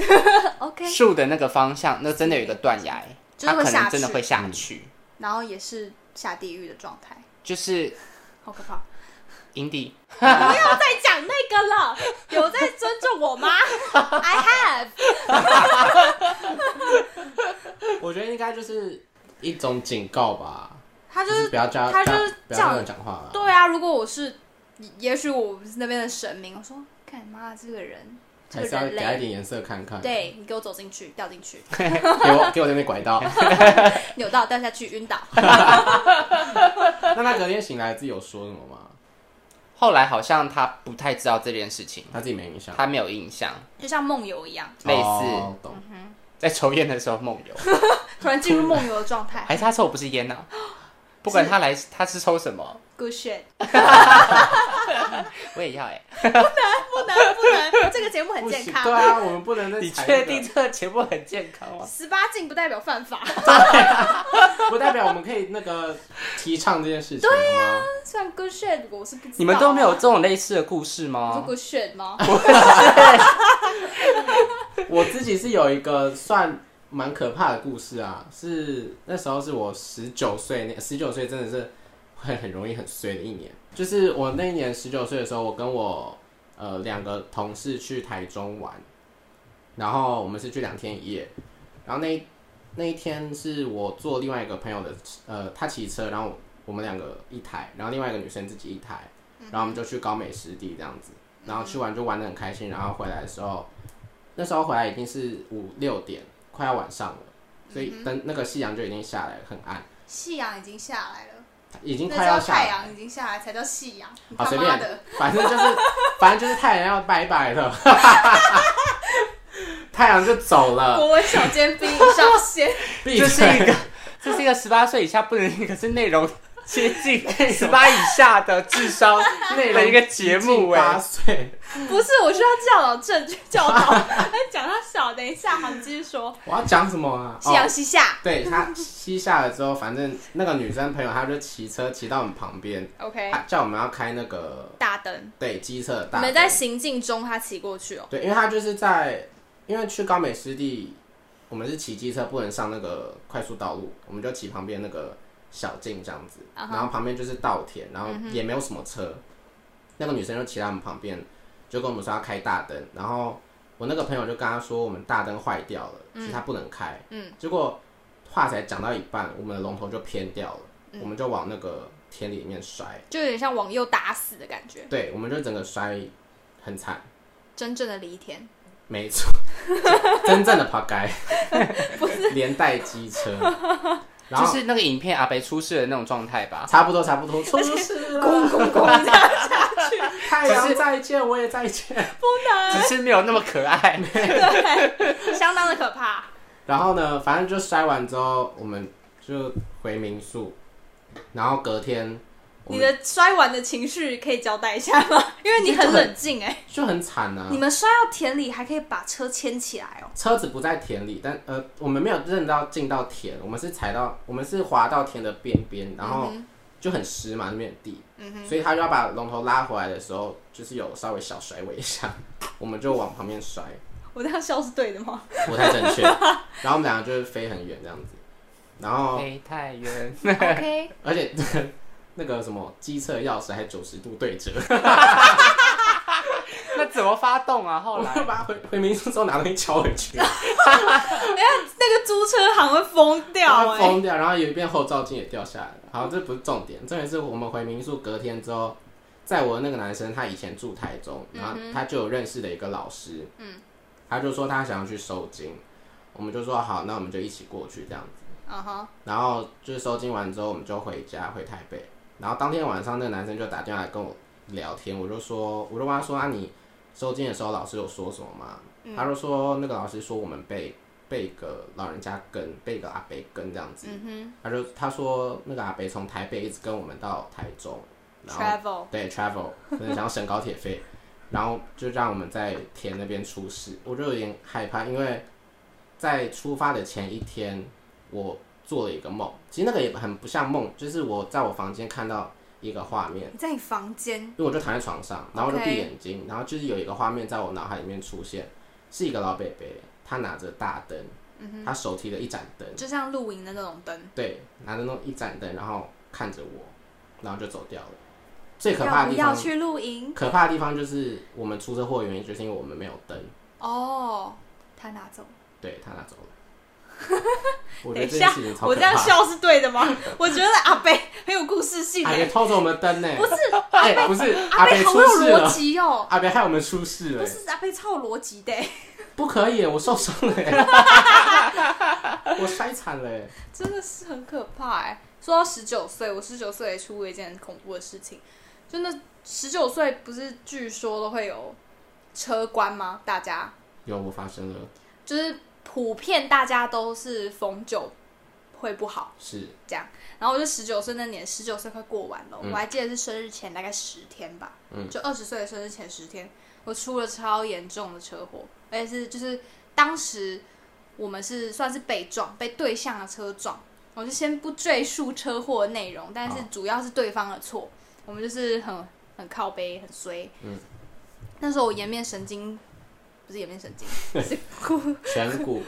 Speaker 2: OK，
Speaker 4: 树的那个方向，那真的有一个断崖，
Speaker 2: 就是
Speaker 4: 他
Speaker 2: 会
Speaker 4: 可
Speaker 2: 下
Speaker 4: 能真的
Speaker 2: 去
Speaker 4: 会下去。
Speaker 2: 然后也是下地狱的状态，
Speaker 4: 就是
Speaker 2: 好可怕！
Speaker 4: 营地，
Speaker 2: 不要再讲那个了，有在尊重我 吗？I have，
Speaker 3: 我觉得应该就是一种警告吧，
Speaker 2: 他就
Speaker 3: 就是是不要叫
Speaker 2: 他就
Speaker 3: 不
Speaker 2: 是
Speaker 3: 要不要
Speaker 2: 叫
Speaker 3: 跟人讲话了。
Speaker 2: 对啊，如果我是，也许我是那边的神明，我说干妈这个人，这
Speaker 3: 还
Speaker 2: 个
Speaker 3: 是要
Speaker 2: 人
Speaker 3: 给他一
Speaker 2: 类，
Speaker 3: 点颜色看看。，
Speaker 2: 对你给我走进去，掉进 去，
Speaker 3: 给我给我在那边拐到。
Speaker 2: 扭到掉下去，晕倒。
Speaker 3: 那他隔天醒来自己有说什么吗？
Speaker 4: 后来好像他不太知道这件事情，
Speaker 3: 他自己没印象。
Speaker 4: 他没有印象，
Speaker 2: 就像梦游一样，
Speaker 4: 类似。
Speaker 3: 哦懂。
Speaker 4: 在抽烟的时 候梦游，
Speaker 2: 突然进入梦游的状态。
Speaker 4: 还是他抽的不是烟呢、不管他来他是抽什么，
Speaker 2: Good shit，
Speaker 4: 我也要哎、
Speaker 2: 不能不能，这个节目很
Speaker 3: 不
Speaker 2: 健
Speaker 3: 行，对
Speaker 2: 康，
Speaker 3: 啊，我们不能再
Speaker 4: 你
Speaker 3: 踩
Speaker 4: 确
Speaker 3: 那个
Speaker 4: 定这个节目很健康吗？
Speaker 2: 十八禁不代表犯法，
Speaker 3: 不代表我们可以那个提倡这件事情，对
Speaker 2: 啊
Speaker 3: 呀、
Speaker 2: 虽然 Good shit 我是不知道啊，
Speaker 4: 你们都没有这种类似的故事
Speaker 2: 你说
Speaker 4: 吗？
Speaker 2: Good shit 吗？
Speaker 3: 我自己是有一个算蛮可怕的故事啊，是那时候是我十九岁那十九岁真的是会很容易很衰的一年，就是我那一年十九岁的时候，我跟我呃两个同事去台中玩，然后我们是去两天一夜，然后那一那一天是我坐另外一个朋友的呃他骑车，然后我我们两个一台，然后另外一个女生自己一台，然后我们就去高美湿地这样子，然后去玩就玩的很开心，然后回来的时候。那时候回来已经是五六点，快要晚上了，所以灯那个夕阳就已经下来了，很暗，
Speaker 2: 夕阳已经下来了，
Speaker 3: 已经
Speaker 2: 那
Speaker 3: 快
Speaker 2: 叫
Speaker 3: 要下
Speaker 2: 太
Speaker 3: 来
Speaker 2: 阳已经下来才叫夕阳，你
Speaker 3: 好
Speaker 2: 他
Speaker 3: 随
Speaker 2: 妈
Speaker 3: 便
Speaker 2: 的，，
Speaker 3: 反正就是 反正就是太阳要拜拜了， 太阳就走了，
Speaker 2: 国文小尖兵以上线，
Speaker 3: 闭
Speaker 4: 这是一
Speaker 3: 嘴
Speaker 4: 个。，这是一个十八岁以下不能，可是内容接 近十八以下的智商
Speaker 3: 内
Speaker 4: 的
Speaker 3: 容
Speaker 4: 一个节目哎、
Speaker 3: 八岁，
Speaker 2: 不是，我需要教导正确教导，哎讲他小，等一下，好，你继续说，
Speaker 3: 我要讲什么啊？
Speaker 2: 夕阳
Speaker 3: 哦
Speaker 2: 西下
Speaker 3: 对他西下了之后，反正那个女生朋友她就骑车骑到我们旁边，
Speaker 2: ，OK，
Speaker 3: 她叫我们要开那个
Speaker 2: 大灯，
Speaker 3: 对机车的
Speaker 2: 你
Speaker 3: 大
Speaker 2: 们
Speaker 3: 灯。
Speaker 2: 在行进中他骑过去哦，
Speaker 3: 对，因为他就是在，因为去高美湿地，我们是骑机车，不能上那个快速道路，我们就骑旁边那个小径这样子
Speaker 2: 啊哈嗯
Speaker 3: 然后旁边就是稻田，然后也没有什么车。那个女生就骑在我们旁边，就跟我们说要开大灯，然后我那个朋友就跟她说我们大灯坏掉了，所以她不能开。
Speaker 2: 嗯，
Speaker 3: 结果话才讲到一半，我们的龙头就偏掉了，
Speaker 2: 嗯
Speaker 3: 我们就往那个田里面摔，
Speaker 2: 就有点像往右打死的感觉，
Speaker 3: 对，我们就整个摔很惨，
Speaker 2: 真正的犁田，
Speaker 3: 没错， 真正的爬街，连带机车，然后
Speaker 4: 就是那个影片阿北出事的那种状态吧。
Speaker 3: 差不多差不多， 出事了，
Speaker 2: 公公这样下去，
Speaker 3: 太阳再见，我也再见。
Speaker 4: 只是没有那么可爱，
Speaker 2: 对，相当的可怕。
Speaker 3: 然后呢，反正就摔完之后，我们就回民宿，然后隔天我
Speaker 2: 你
Speaker 3: 们
Speaker 2: 的摔完的情绪可以交代一下 吗？因为你很冷静哎、
Speaker 3: 就很惨啊
Speaker 2: 你。们摔到田里还可以把车牵起来哦。
Speaker 3: 车子不在田里，但呃，我们没有认到进到田，我们是踩到，我们是滑到田的边边，然后就很湿嘛，那边的地，所以他就要把龙头拉回来的时候，就是有稍微小甩尾一下， 我们就往旁边摔，
Speaker 2: 我这样笑是对的吗？
Speaker 3: 不太正确。然后我们两个就是飞很远这样子，然后
Speaker 4: 飞哎太远，
Speaker 2: OK，
Speaker 3: 而且那个什么机车钥匙还九十度对折，
Speaker 4: 怎么发动啊？后
Speaker 3: 我
Speaker 4: 来
Speaker 3: 要把它回回民宿之后拿东西敲回去，
Speaker 2: 哎那个租车行会疯掉
Speaker 3: 它
Speaker 2: 哎、
Speaker 3: 疯掉，然后有一边后照镜也掉下来了。好，这不是重点，重点是我们回民宿隔天之后，在我的那个男生他以前住台中，然后
Speaker 2: 嗯
Speaker 3: 他就有认识的一个老师，嗯，他就说他想要去收金，我们就说好，那我们就一起过去这样子。
Speaker 2: 嗯哼，
Speaker 3: 然后就是收金完之后，我们就回家回台北。然后当天晚上，那个男生就打电话来跟我聊天，我就说，我就问他说啊，你收金的时候老师有说什么吗？他就说那个老师说我们被被一个老人家跟被一个阿伯跟这样子。他就他说那个阿伯从台北一直跟我们到台中，然后
Speaker 2: Travel
Speaker 3: 对 travel，可能想要省高铁费， 然后就让我们在田那边出事，我就有点害怕，因为在出发的前一天，我做了一个梦，其实那个也很不像梦，就是我在我房间看到一个画面，
Speaker 2: 你在你房间，
Speaker 3: 因为我就躺在床上，然后我就
Speaker 2: OK
Speaker 3: 闭眼睛然后就是有一个画面在我脑海里面出现，是一个老伯伯，他拿着大灯，
Speaker 2: 嗯
Speaker 3: 他手提了一盏灯，
Speaker 2: 就像露营的那种灯，
Speaker 3: 对，拿着那种一盏灯，然后看着我，然后就走掉了。最可
Speaker 2: 要
Speaker 3: 怕的
Speaker 2: 不
Speaker 3: 地
Speaker 2: 要
Speaker 3: 方
Speaker 2: 去露营？
Speaker 3: 可怕的地方就是我们出车祸的原因，就是因为我们没有灯，
Speaker 2: 哦，他拿走。
Speaker 3: 对他拿走了。我觉
Speaker 2: 等
Speaker 3: 得
Speaker 2: 一
Speaker 3: 这件
Speaker 2: 下
Speaker 3: 事情，超
Speaker 2: 我
Speaker 3: 可
Speaker 2: 这样
Speaker 3: 怕。
Speaker 2: 笑是对的吗？ 我觉得阿贝很有故事性
Speaker 3: 阿
Speaker 2: 哎、
Speaker 3: 北偷走我们的灯呢、
Speaker 2: 不是
Speaker 3: 哎、不是，
Speaker 2: 阿
Speaker 3: 北
Speaker 2: 贝好
Speaker 3: 出
Speaker 2: 有
Speaker 3: 事
Speaker 2: 逻
Speaker 3: 了，
Speaker 2: 辑哦，
Speaker 3: 阿北害我们出事了、
Speaker 2: 不是阿贝超有逻辑的、哎
Speaker 3: 不可以，我受伤了、欸，我摔惨了、欸。
Speaker 2: 真的是很可怕哎、说到十九岁，我十九岁也出过一件很恐怖的事情，就那十九岁不是据说都会有车关吗？大家
Speaker 3: 有我发生了，
Speaker 2: 就是普遍大家都是逢酒会不好。
Speaker 3: 是
Speaker 2: 这样。然后我就十九岁那年，十九岁快过完了，
Speaker 3: 嗯
Speaker 2: 我还记得是生日前大概十天吧，
Speaker 3: 嗯
Speaker 2: 就二十岁的生日前十天，我出了超严重的车祸，而且是就是当时我们是算是被撞，被对向的车撞。我就先不赘述车祸的内容，但是
Speaker 3: 好
Speaker 2: 主要是对方的错，我们就是很很靠背，很衰。嗯，那时候我颜面神经不是颜面神经，是骨
Speaker 3: 颧 骨，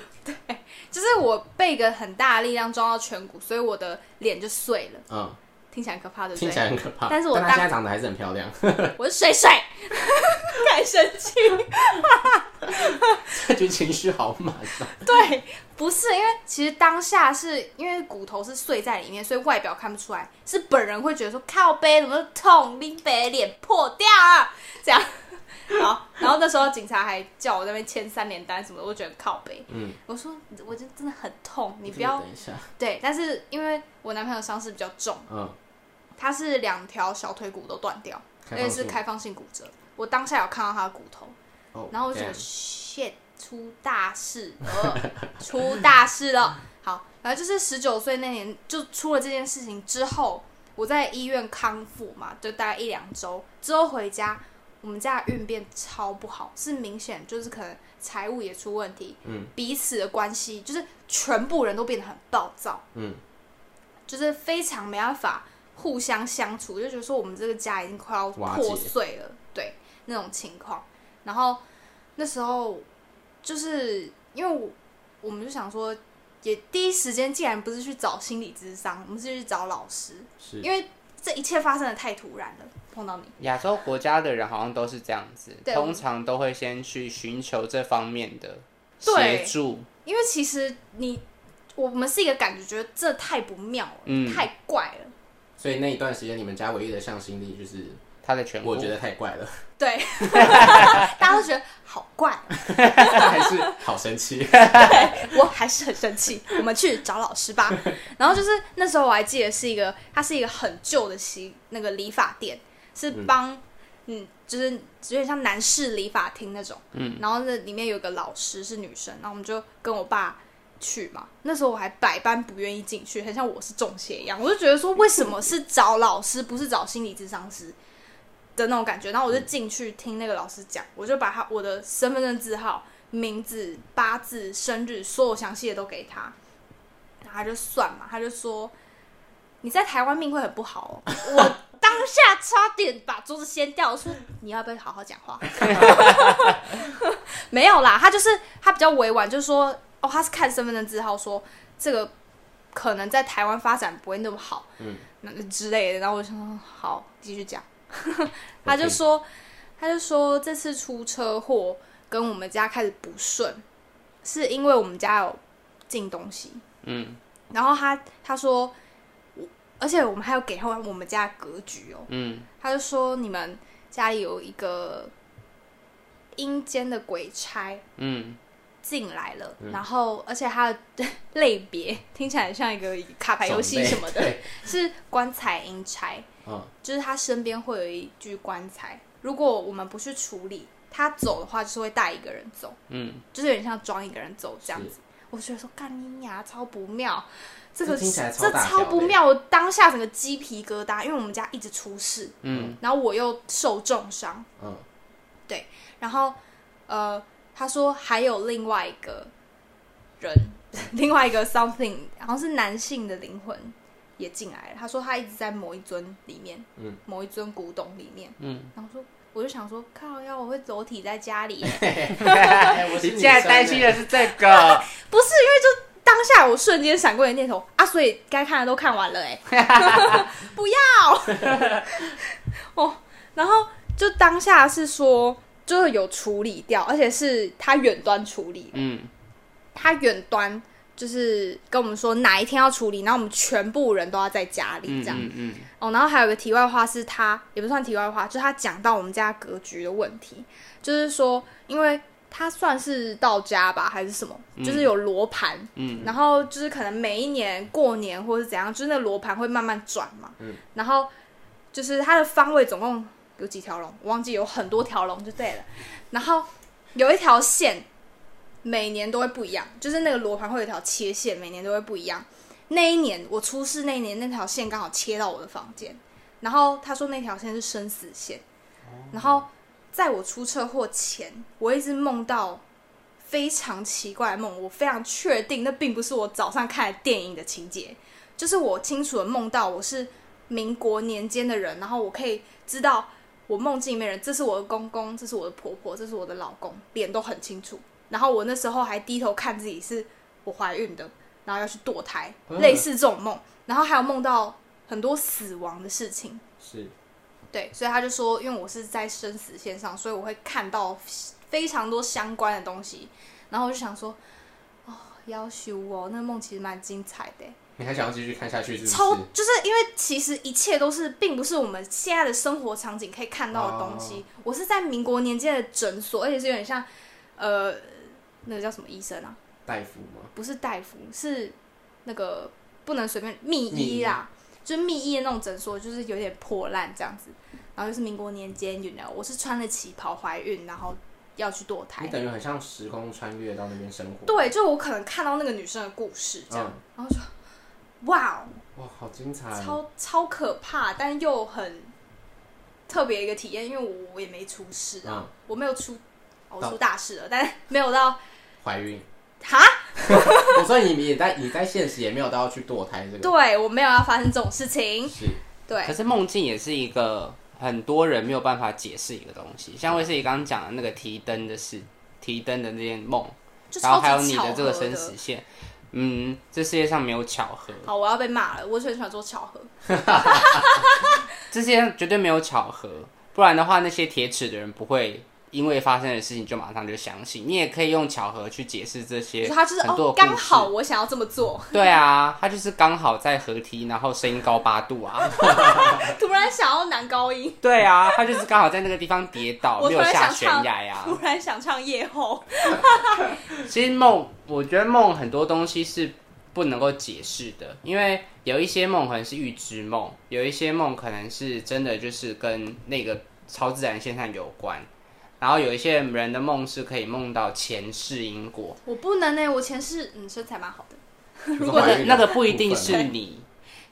Speaker 2: 就是我被一个很大的力量撞到颧骨，所以我的脸就碎了，
Speaker 3: 嗯，
Speaker 2: 听起来很可怕，对不
Speaker 3: 听起来
Speaker 2: 对？
Speaker 3: 很可怕。
Speaker 2: 但是我
Speaker 3: 她
Speaker 2: 当
Speaker 3: 现在长得还是很漂亮，
Speaker 2: 我是水水， 太生气。
Speaker 3: 这局情绪好满啊。
Speaker 2: 对，不是因为其实当下是因为骨头是碎在里面，所以外表看不出来，是本人会觉得说靠背怎么痛，林北脸破掉啊，这 样。好，然后那时候警察还叫我在那边签三联单什么的，我觉得很靠背。
Speaker 3: 嗯，
Speaker 2: 我说我就真的很痛，你不要
Speaker 3: 等一下，
Speaker 2: 对。但是因为我男朋友伤势比较重，
Speaker 3: 嗯，
Speaker 2: 他是两条小腿骨都断掉，而
Speaker 3: 开
Speaker 2: 且
Speaker 3: 放
Speaker 2: 是
Speaker 3: 性
Speaker 2: 开放性骨折。我当下有看到他的骨头，
Speaker 3: 哦
Speaker 2: 然后我就觉
Speaker 3: damn
Speaker 2: 得 shit 出大事了，出大事了。好，然后就是十九岁那年就出了这件事情之后，我在医院康复嘛，就大概一两周之后回家，我们家的运变超不好，是明显就是可能财务也出问题，
Speaker 3: 嗯，
Speaker 2: 彼此的关系就是全部人都变得很暴躁，
Speaker 3: 嗯，
Speaker 2: 就是非常没办法互相相处，就觉得说我们这个家已经快要
Speaker 3: 瓦解
Speaker 2: 破碎了，对那种情况。然后那时候就是因为我我们就想说，也第一时间既然不是去找心理咨商，我们是去找老师，
Speaker 3: 是
Speaker 2: 因为这一切发生的太突然了，碰到你。
Speaker 4: 亚洲国家的人好像都是这样子，
Speaker 2: 对
Speaker 4: 通常都会先去寻求这方面的
Speaker 2: 对
Speaker 4: 协助。
Speaker 2: 因为其实你我们是一个感觉，觉得这太不妙了，
Speaker 4: 嗯
Speaker 2: 太怪了。
Speaker 3: 所以那一段时间你们家唯一的向心力就是，
Speaker 4: 他的全部，
Speaker 3: 我觉得太怪 了，
Speaker 2: 对，大家都觉得好怪哦，
Speaker 3: 还是好神奇。
Speaker 2: 我还是很生气。我们去找老师吧。然后就是那时候我还记得是一个，它是一个很旧的洗那个理发店，是帮嗯就是有点像男士理发厅那种。嗯，然后那里面有个老师是女生，然后我们就跟我爸。去嘛？那时候我还百般不愿意进去，很像我是中邪一样。我就觉得说，为什么是找老师，不是找心理咨商师的那种感觉？然后我就进去听那个老师讲，我就把他我的身份证字号、名字、八字、生日，所有详细的都给他，然后他就算嘛，他就说你在台湾命会很不好、哦。我当下差点把桌子掀掉，我说你要不要好好讲话？ 没有啦，他就是他比较委婉，就是说哦，他是看身份证字号说这个可能在台湾发展不会那么好，嗯，之类的。然后我就想说好，继续讲。他就说他就说这次出车祸跟我们家开始不顺，是因为我们家有进东西。
Speaker 4: 嗯
Speaker 2: 然后他他说，我而且我们还有给他我们家的格局哦，
Speaker 4: 嗯，
Speaker 2: 他就说你们家里有一个阴间的鬼差，
Speaker 4: 嗯，
Speaker 2: 进来了，然后而且它的 类别听起来像一个卡牌游戏什么的，
Speaker 3: 对，
Speaker 2: 是棺材阴差，
Speaker 3: 嗯，
Speaker 2: 就是他身边会有一具棺材，如果我们不去处理，他走的话就是会带一个人走，
Speaker 4: 嗯，
Speaker 2: 就是有点像装一个人走这样子。我觉得说干你娘，超不妙，这个
Speaker 3: 这听起来超
Speaker 2: 这
Speaker 3: 大条
Speaker 2: 超
Speaker 3: 的
Speaker 2: 不妙，我当下整个鸡皮疙瘩，因为我们家一直出事，
Speaker 4: 嗯，
Speaker 2: 然后我又受重伤，
Speaker 3: 嗯，
Speaker 2: 然后呃，他说还有另外一个人， 另外一个 something，好像是男性的灵魂也进来了。他说他一直在某一尊里面，
Speaker 3: 嗯，
Speaker 2: 某一尊古董里面，
Speaker 4: 嗯，
Speaker 2: 然后说。我就想说，靠呀！我会裸体在家里耶，
Speaker 3: 哎我是
Speaker 4: 你
Speaker 3: 女
Speaker 4: 现在
Speaker 3: 生
Speaker 4: 担心
Speaker 3: 欸
Speaker 4: 的是这个，
Speaker 2: 不是因为就当下我瞬间闪过一个念头啊，所以该看的都看完了哎， 不要 哦。然后就当下是说，就是有处理掉，而且是他远端处理，
Speaker 4: 嗯
Speaker 2: 他远端就是跟我们说哪一天要处理，然后我们全部人都要在家里
Speaker 4: 嗯
Speaker 2: 这样。
Speaker 4: 嗯嗯
Speaker 2: 哦，然后还有个题外话是他也不算题外话，就是他讲到我们家格局的问题，就是说因为。他算是道家吧，还是什么？就是有罗盘，
Speaker 4: 嗯
Speaker 2: 然后就是可能每一年过年或者怎样，就是那罗盘会慢慢转嘛。
Speaker 3: 嗯
Speaker 2: 然后就是它的方位总共有几条龙，我忘记有很多条龙就对了。然后有一条线每年都会不一样，就是那个罗盘会有一条切线，每年都会不一样。那一年我出事那一年，那条线刚好切到我的房间，然后他说那条线是生死线，然后在我出车祸前，我一直梦到非常奇怪的梦，我非常确定那并不是我早上看的电影的情节，就是我清楚的梦到我是民国年间的人，然后我可以知道我梦境里面的人，这是我的公公，这是我的婆婆，这是我的老公，脸都很清楚。然后我那时候还低头看自己是我怀孕的，然后要去堕胎，
Speaker 3: 嗯
Speaker 2: 类似这种梦。然后还有梦到很多死亡的事情，
Speaker 3: 是
Speaker 2: 对，所以他就说，因为我是在生死线上，所以我会看到非常多相关的东西。然后我就想说，哦，要修哦，那个梦其实蛮精彩的耶，欸
Speaker 3: 你还想要继续看下去是不是？
Speaker 2: 超就是因为其实一切都是，并不是我们现在的生活场景可以看到的东
Speaker 3: 哦
Speaker 2: 西。我是在民国年间的诊所，而且是有点像，呃，那个叫什么医生啊？
Speaker 3: 大夫吗？
Speaker 2: 不是大夫，是那个不能随便密医啦，就是密医的那种诊所，就是有点破烂这样子。然后就是民国年间，you know，我是穿着旗袍怀孕，然后要去堕
Speaker 3: 你
Speaker 2: 胎。
Speaker 3: 等于很像时空穿越到那边生活。
Speaker 2: 对，就我可能看到那个女生的故事
Speaker 4: 哦
Speaker 2: 这样，
Speaker 3: 嗯
Speaker 2: 然后就哇哦，
Speaker 3: 哇，好精彩哦！
Speaker 2: 超超可怕，但又很特别一个体验，因为我我也没出事啊，
Speaker 3: 嗯，
Speaker 2: 我没有出，哦我
Speaker 3: 到
Speaker 2: 出大事了，但没有到
Speaker 3: 怀孕。
Speaker 2: 哈，
Speaker 3: 我说你也在你在现实也没有到要去堕胎这个。
Speaker 2: 对我没有要发生这种事情，
Speaker 3: 是，
Speaker 2: 对
Speaker 4: 可，是梦境也是一个很多人没有办法解释一个东西，像卫斯理刚刚讲的那个提灯的事，提灯的那件梦，
Speaker 2: 就
Speaker 4: 然后
Speaker 2: 超级
Speaker 4: 还有你
Speaker 2: 巧合
Speaker 4: 这个生死线，嗯，这世界上没有巧合，
Speaker 2: 好，我要被骂了。我很喜欢说巧合，
Speaker 4: 这世界上绝对没有巧合，不然的话，那些铁齿的人不会因为发生的事情就马上就相信。你也可以用巧合去解释这
Speaker 2: 就
Speaker 4: 些
Speaker 2: 是他就是
Speaker 4: 很多
Speaker 2: 哦，
Speaker 4: 的故
Speaker 2: 刚
Speaker 4: 事
Speaker 2: 好我想要这么做，
Speaker 4: 对啊，他就是刚好在合体，然后声音高八度啊。
Speaker 2: 突然想要男高音，
Speaker 4: 对啊，他就是刚好在那个地方跌倒，
Speaker 2: 我突
Speaker 4: 没有
Speaker 2: 然
Speaker 4: 下
Speaker 2: 想
Speaker 4: 悬
Speaker 2: 唱
Speaker 4: 崖啊呀、
Speaker 2: 突然想唱夜后，
Speaker 4: 其实梦，我觉得梦很多东西是不能够解释的，因为有一些梦可能是预知梦，有一些梦可能是真的就是跟那个超自然现象有关，然后有一些人的梦是可以梦到前世因果，
Speaker 2: 我不能呢、我前世嗯身材蛮好的，
Speaker 3: 如
Speaker 4: 那个那个不一定是 你，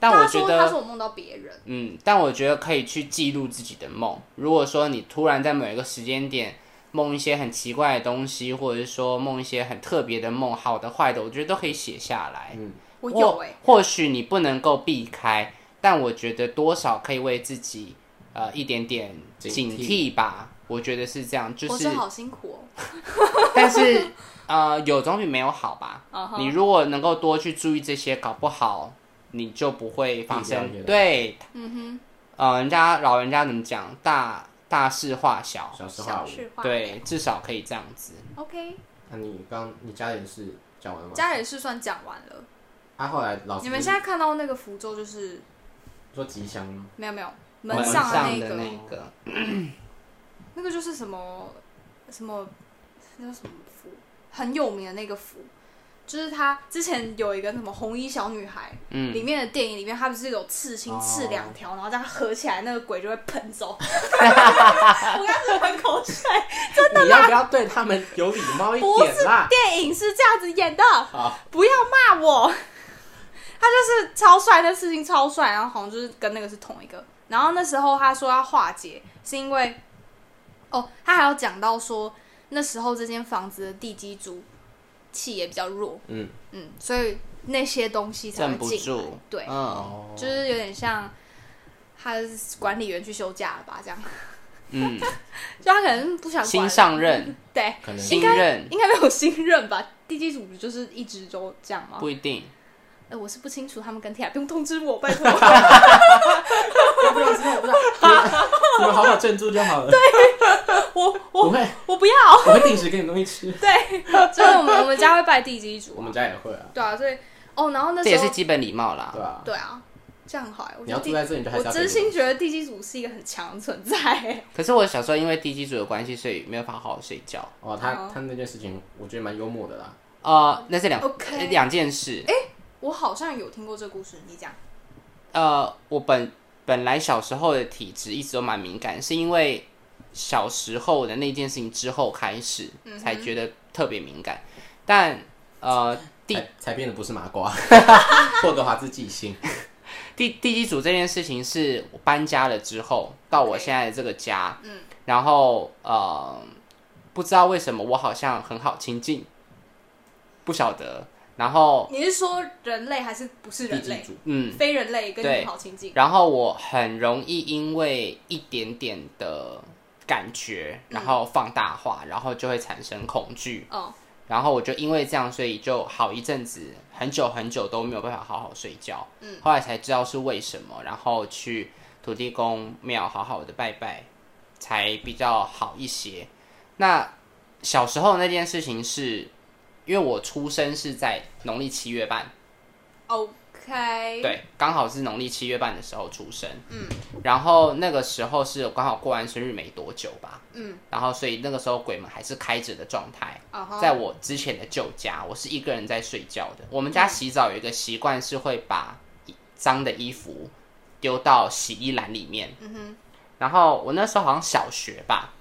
Speaker 4: 但我
Speaker 2: 他
Speaker 4: 觉
Speaker 2: 说
Speaker 4: 得
Speaker 2: 他说我梦到别人，
Speaker 4: 嗯，但我觉得可以去记录自己的梦。如果说你突然在某一个时间点梦一些很奇怪的东西，或者是说梦一些很特别的梦，好的坏的，我觉得都可以写下来。
Speaker 2: 我有
Speaker 4: 或
Speaker 2: 哎、
Speaker 4: 或许你不能够避开，但我觉得多少可以为自己呃一点点
Speaker 3: 警
Speaker 4: 警
Speaker 3: 惕
Speaker 4: 惕吧。我觉得是这样，就
Speaker 2: 我
Speaker 4: 是
Speaker 2: 真好辛苦哦，
Speaker 4: 但是呃有总比没有好吧。
Speaker 2: 啊哈
Speaker 4: 你如果能够多去注意这些，搞不好你就不会发
Speaker 3: 避掉
Speaker 4: 生
Speaker 3: 一些
Speaker 4: 对
Speaker 2: 嗯
Speaker 4: 呃，人家老人家怎么讲？大大事化小，
Speaker 3: 小啊事化
Speaker 2: 小
Speaker 3: 无。
Speaker 2: 事化
Speaker 4: 对，至少可以这样子。
Speaker 2: OK，
Speaker 3: 那、你刚你家人是讲完了吗？
Speaker 2: 家人是算讲完了。
Speaker 3: 啊，后来
Speaker 4: 哦
Speaker 3: 老师
Speaker 2: 你们现在看到那个符咒就是
Speaker 3: 说吉祥吗？
Speaker 2: 没有没有
Speaker 4: 门
Speaker 2: 门上的
Speaker 4: 上
Speaker 2: 那
Speaker 4: 的
Speaker 2: 个，
Speaker 4: 那
Speaker 2: 那
Speaker 4: 一个，
Speaker 2: 个就是什么什么那叫什么符，很有名的那个符，就是他之前有一个什么红衣小女孩，
Speaker 4: 嗯，
Speaker 2: 里面的电影里面，它不是有刺青
Speaker 4: 哦
Speaker 2: 刺两条，然后这样合起来，那个鬼就会喷 走。我刚才喷口水。
Speaker 3: 你要不要对他们有礼貌一
Speaker 2: 不是
Speaker 3: 点啦？
Speaker 2: 电影是这样子演的，
Speaker 3: 好，
Speaker 2: 不要骂我。他就是超帅，那刺青超帅，然后好像就是跟那个是同一个。然后那时候他说要化解，是因为哦，他还有讲到说那时候这间房子的地基主气也比较弱，
Speaker 3: 嗯，
Speaker 2: 嗯，所以那些东西才会
Speaker 4: 镇不
Speaker 2: 进来。
Speaker 4: 住，
Speaker 2: 对，
Speaker 4: 嗯
Speaker 3: 哦，
Speaker 2: 就是有点像他管理员去休假了吧，这样，
Speaker 4: 嗯，
Speaker 2: 就他可能不想管了
Speaker 4: 新 上任，
Speaker 2: 对，
Speaker 3: 可能
Speaker 4: 新任
Speaker 2: 应该没有新任吧？地基组就是一直都这样吗？
Speaker 4: 不一定，
Speaker 2: 呃，我是不清楚他们跟 T 不用通知我，拜 托。
Speaker 3: 不要知道，不知道， 你们好好镇住就好了。对，
Speaker 2: 我
Speaker 3: 我
Speaker 2: 我
Speaker 3: 会
Speaker 2: 我不要，
Speaker 3: 我会定时给你东西吃。
Speaker 2: 就是我们我们家会拜地基
Speaker 3: 我
Speaker 2: 组啊，
Speaker 3: 们家也会啊，
Speaker 2: 对啊，所以哦，然后那
Speaker 4: 这也
Speaker 2: 时
Speaker 4: 是
Speaker 2: 候
Speaker 4: 基本礼貌啦
Speaker 3: 对。啊。
Speaker 2: 对啊，这样很好哎，我觉
Speaker 3: 你要
Speaker 2: 得
Speaker 3: 住
Speaker 2: 地
Speaker 3: 在这里，你就还
Speaker 2: 我
Speaker 3: 是要
Speaker 2: 真
Speaker 3: 给
Speaker 2: 心
Speaker 3: 你
Speaker 2: 觉得地基组是一个很强的存在欸，
Speaker 4: 可是我小时候因为地基组的关系，所以没有办法好好睡觉。
Speaker 3: 哦，他他那件事情，我觉得蛮幽默的啦。
Speaker 4: 呃，那是两
Speaker 2: 哦 OK
Speaker 4: 两件事。
Speaker 2: 我好像有听过这故事，你讲
Speaker 4: 呃，我本本来小时候的体质一直都蛮敏感，是因为小时候的那件事情之后开始，
Speaker 2: 嗯
Speaker 4: 才觉得特别敏感。但呃，地
Speaker 3: 才才变得不是麻 瓜，霍格华兹记性。
Speaker 4: 地地基组这件事情是我搬家了之后到我
Speaker 2: OK
Speaker 4: 现在的这个家，
Speaker 2: 嗯，
Speaker 4: 然后呃，不知道为什么我好像很好亲近，不晓得，然后
Speaker 2: 你是说人类还是不是
Speaker 3: 地
Speaker 2: 人
Speaker 3: 基
Speaker 2: 类？
Speaker 3: 主
Speaker 4: 嗯，
Speaker 2: 非人类跟
Speaker 4: 对
Speaker 2: 你好亲近，
Speaker 4: 然后我很容易因为一点点的感觉，然后放大化，然后就会产生恐惧，
Speaker 2: 哦，
Speaker 4: 然后我就因为这样，所以就好一阵子，很久很久都没有办法好好睡觉。嗯，后来才知道是为什么，然后去土地公庙好好的拜拜，才比较好一些。那小时候那件事情是，因为我出生是在农历七月半，
Speaker 2: OK，，
Speaker 4: 对，刚好是农历七月半的时候出生，嗯，然后那个时候是我刚好过完生日没多久吧，
Speaker 2: 嗯，
Speaker 4: 然后所以那个时候鬼门还是开着的状态，
Speaker 2: 啊哈，
Speaker 4: 在我之前的旧家，我是一个人在睡觉的。我们家洗澡有一个习惯是会把脏的衣服丢到洗衣篮里面，嗯哼，然后我那时候好像小学吧，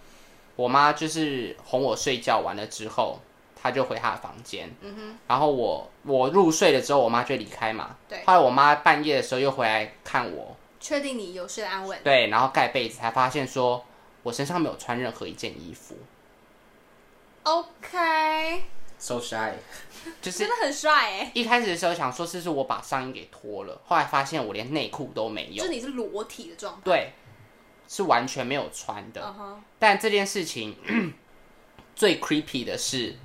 Speaker 4: 我妈就是哄我睡觉完了之后。她就回她的房间，嗯哼，然后我我入睡了之后，我妈就离开嘛，
Speaker 2: 对
Speaker 4: 后来我妈半夜的时候又回来看我，
Speaker 2: 确定你有睡得安稳。
Speaker 4: 对，然后盖被子才发现说我身上没有穿任何一件衣服，
Speaker 2: OK，
Speaker 3: So shy，
Speaker 4: 就是
Speaker 2: 真的很帅哎、
Speaker 4: 一开始的时候想说是不是我把上衣给脱了，后来发现我连内裤都没
Speaker 2: 就
Speaker 4: 有
Speaker 2: 是，你是裸体的状态。
Speaker 4: 对，是完全没有穿的。
Speaker 2: 嗯哼，
Speaker 4: 但这件事情 最 creepy 的是，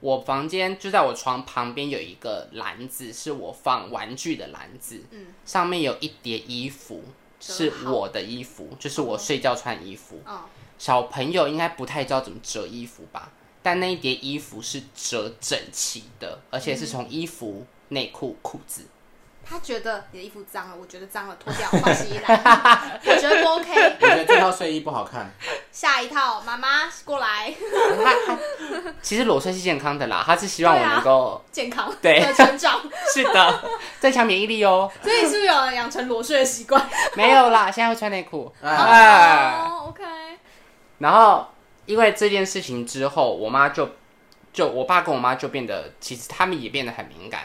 Speaker 4: 我房间就在我床旁边有一个篮子，是我放玩具的篮子，
Speaker 2: 嗯，
Speaker 4: 上面有一叠衣服，
Speaker 2: 折
Speaker 4: 是
Speaker 2: 好
Speaker 4: 我的衣服，就是我睡觉穿的衣服。
Speaker 2: 哦，
Speaker 4: 小朋友应该不太知道怎么折衣服吧？但那一叠衣服是折整齐的，而且是从衣服、内裤、裤子。
Speaker 2: 他觉得你的衣服脏了，我觉得脏了，脱掉换洗衣 篮，我觉得不 OK。
Speaker 3: 我觉得这套睡衣不好看。
Speaker 2: 下一套，妈妈过来，
Speaker 4: 他他其实裸睡是健康的啦，他是希望我能够、
Speaker 2: 健康
Speaker 4: 对
Speaker 2: 的成长，
Speaker 4: 是的，增强免疫力哦。
Speaker 2: 所以是不是有了养成裸睡的习 惯？
Speaker 4: 没有啦，现在会穿内裤。
Speaker 3: 啊，
Speaker 4: 哎，
Speaker 2: 哦，OK，
Speaker 4: 然后因为这件事情之后，我妈就就我爸跟我妈就变得，其实他们也变得很敏感，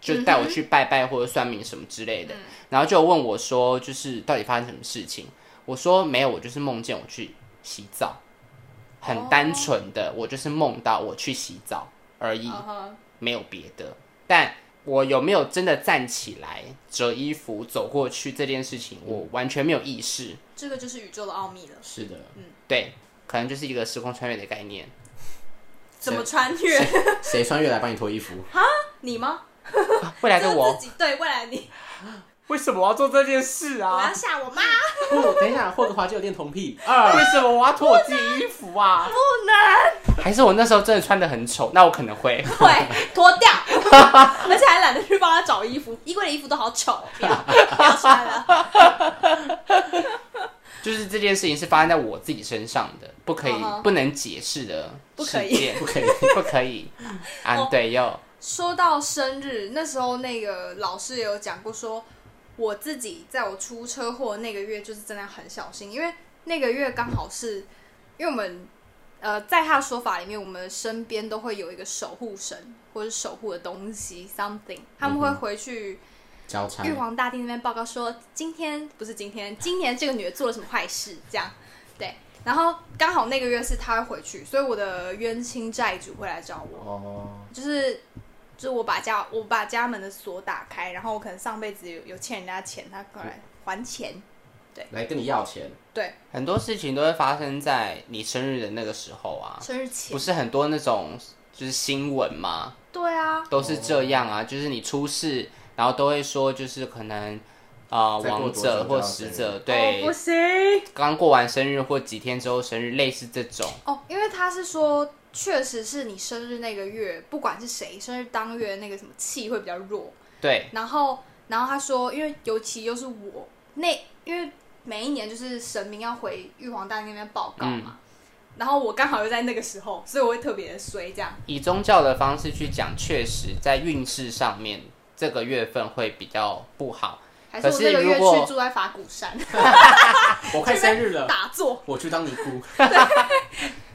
Speaker 4: 就带我去拜拜或者算命什么之类的。然后就问我说，就是到底发生什么事情？我说没有，我就是梦见我去洗澡，很单纯的，我就是梦到我去洗澡而已。
Speaker 2: 嗯哼，
Speaker 4: 没有别的。但我有没有真的站起来折衣服走过去这件事情，我完全没有意识。
Speaker 2: 这个就是宇宙的奥秘了，
Speaker 3: 是的，
Speaker 4: 对，可能就是一个时空穿越的概念。
Speaker 2: 怎么穿 越？
Speaker 3: 谁穿越来帮你脱衣服？
Speaker 2: 你吗？
Speaker 4: 未来的
Speaker 2: 就
Speaker 4: 我
Speaker 2: 自己对未来你，
Speaker 4: 为什么我要做这件事
Speaker 2: 我
Speaker 4: 啊
Speaker 2: 要？吓我妈，
Speaker 3: 不，等一下，霍格华就有恋童癖。
Speaker 4: 啊为什么我要脱我自己衣服啊？
Speaker 2: 不能
Speaker 4: 还是我那时候真的穿的很丑？那我可能会。
Speaker 2: 会脱掉，而且还懒得去帮他找衣服，衣柜的衣服都好丑，不要不要穿了。
Speaker 4: 就是这件事情是发生在我自己身上的，不可以、
Speaker 2: 嗯哼
Speaker 4: 不能解释的
Speaker 2: 不可以
Speaker 4: 事件
Speaker 3: 不可以，
Speaker 4: 不可以。
Speaker 2: 哦
Speaker 4: 安对哟，
Speaker 2: 说到生日，那时候那个老师也有讲过说我自己在我出车祸那个月就是真的很小心，因为那个月刚好是因为我们呃，在他的说法里面，我们身边都会有一个守护神或者守护的东西 something，他们会回去
Speaker 3: 交差
Speaker 2: 玉。皇大帝那边报告说，今天不是今天，今年这个女的做了什么坏事，这样对。然后刚好那个月是他会回去，所以我的冤亲债主会来找我。
Speaker 3: 哦，
Speaker 2: 就是就是我把家我把家门的锁打开，然后我可能上辈子有有欠人家钱，他过来还钱。
Speaker 3: 来跟你要钱，
Speaker 2: 对，
Speaker 4: 很多事情都会发生在你生日的那个时候啊，
Speaker 2: 生日
Speaker 4: 不
Speaker 2: 前。
Speaker 4: 是很多那种就是新闻嘛，
Speaker 2: 对啊，
Speaker 4: 都是这样啊，就是你出事，然后都会说就是可能啊、呃
Speaker 3: 再过
Speaker 4: 王
Speaker 3: 多久
Speaker 4: 者
Speaker 3: 就
Speaker 4: 或
Speaker 3: 要
Speaker 4: 死
Speaker 3: 生
Speaker 4: 者
Speaker 2: 哦、不
Speaker 4: 对，
Speaker 2: 行
Speaker 4: 刚过完生日或几天之后生日，类似这种。
Speaker 2: 哦，因为他是说，确实是你生日那个月，不管是谁生日当月那个什么气会比较弱。
Speaker 4: 对，
Speaker 2: 然后，然后他说，因为尤其又是我那，因为每一年就是神明要回玉皇大帝那边报告嘛，然后我刚好又在那个时候，所以我会特别的衰这样。
Speaker 4: 以宗教的方式去讲，确实在运势上面这个月份会比较不好。
Speaker 2: 还是我这个月去住在法鼓山
Speaker 3: 我快生日了，
Speaker 2: 啊打坐？
Speaker 3: 我去当尼姑。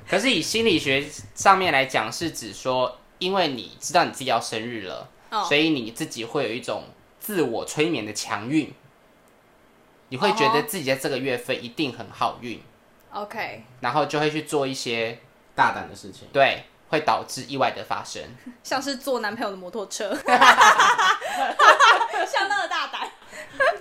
Speaker 4: 可是以心理学上面来讲，是指说，因为你知道你自己要生日了，
Speaker 2: 哦
Speaker 4: 所以你自己会有一种自我催眠的强运，你会觉
Speaker 2: 哦
Speaker 4: 得自己在这个月份一定很好运，
Speaker 2: OK，
Speaker 4: 然后就会去做一些
Speaker 3: 大胆的事情，
Speaker 4: 对会导致意外的发生。
Speaker 2: 像是坐男朋友的摩托车，相当的大胆。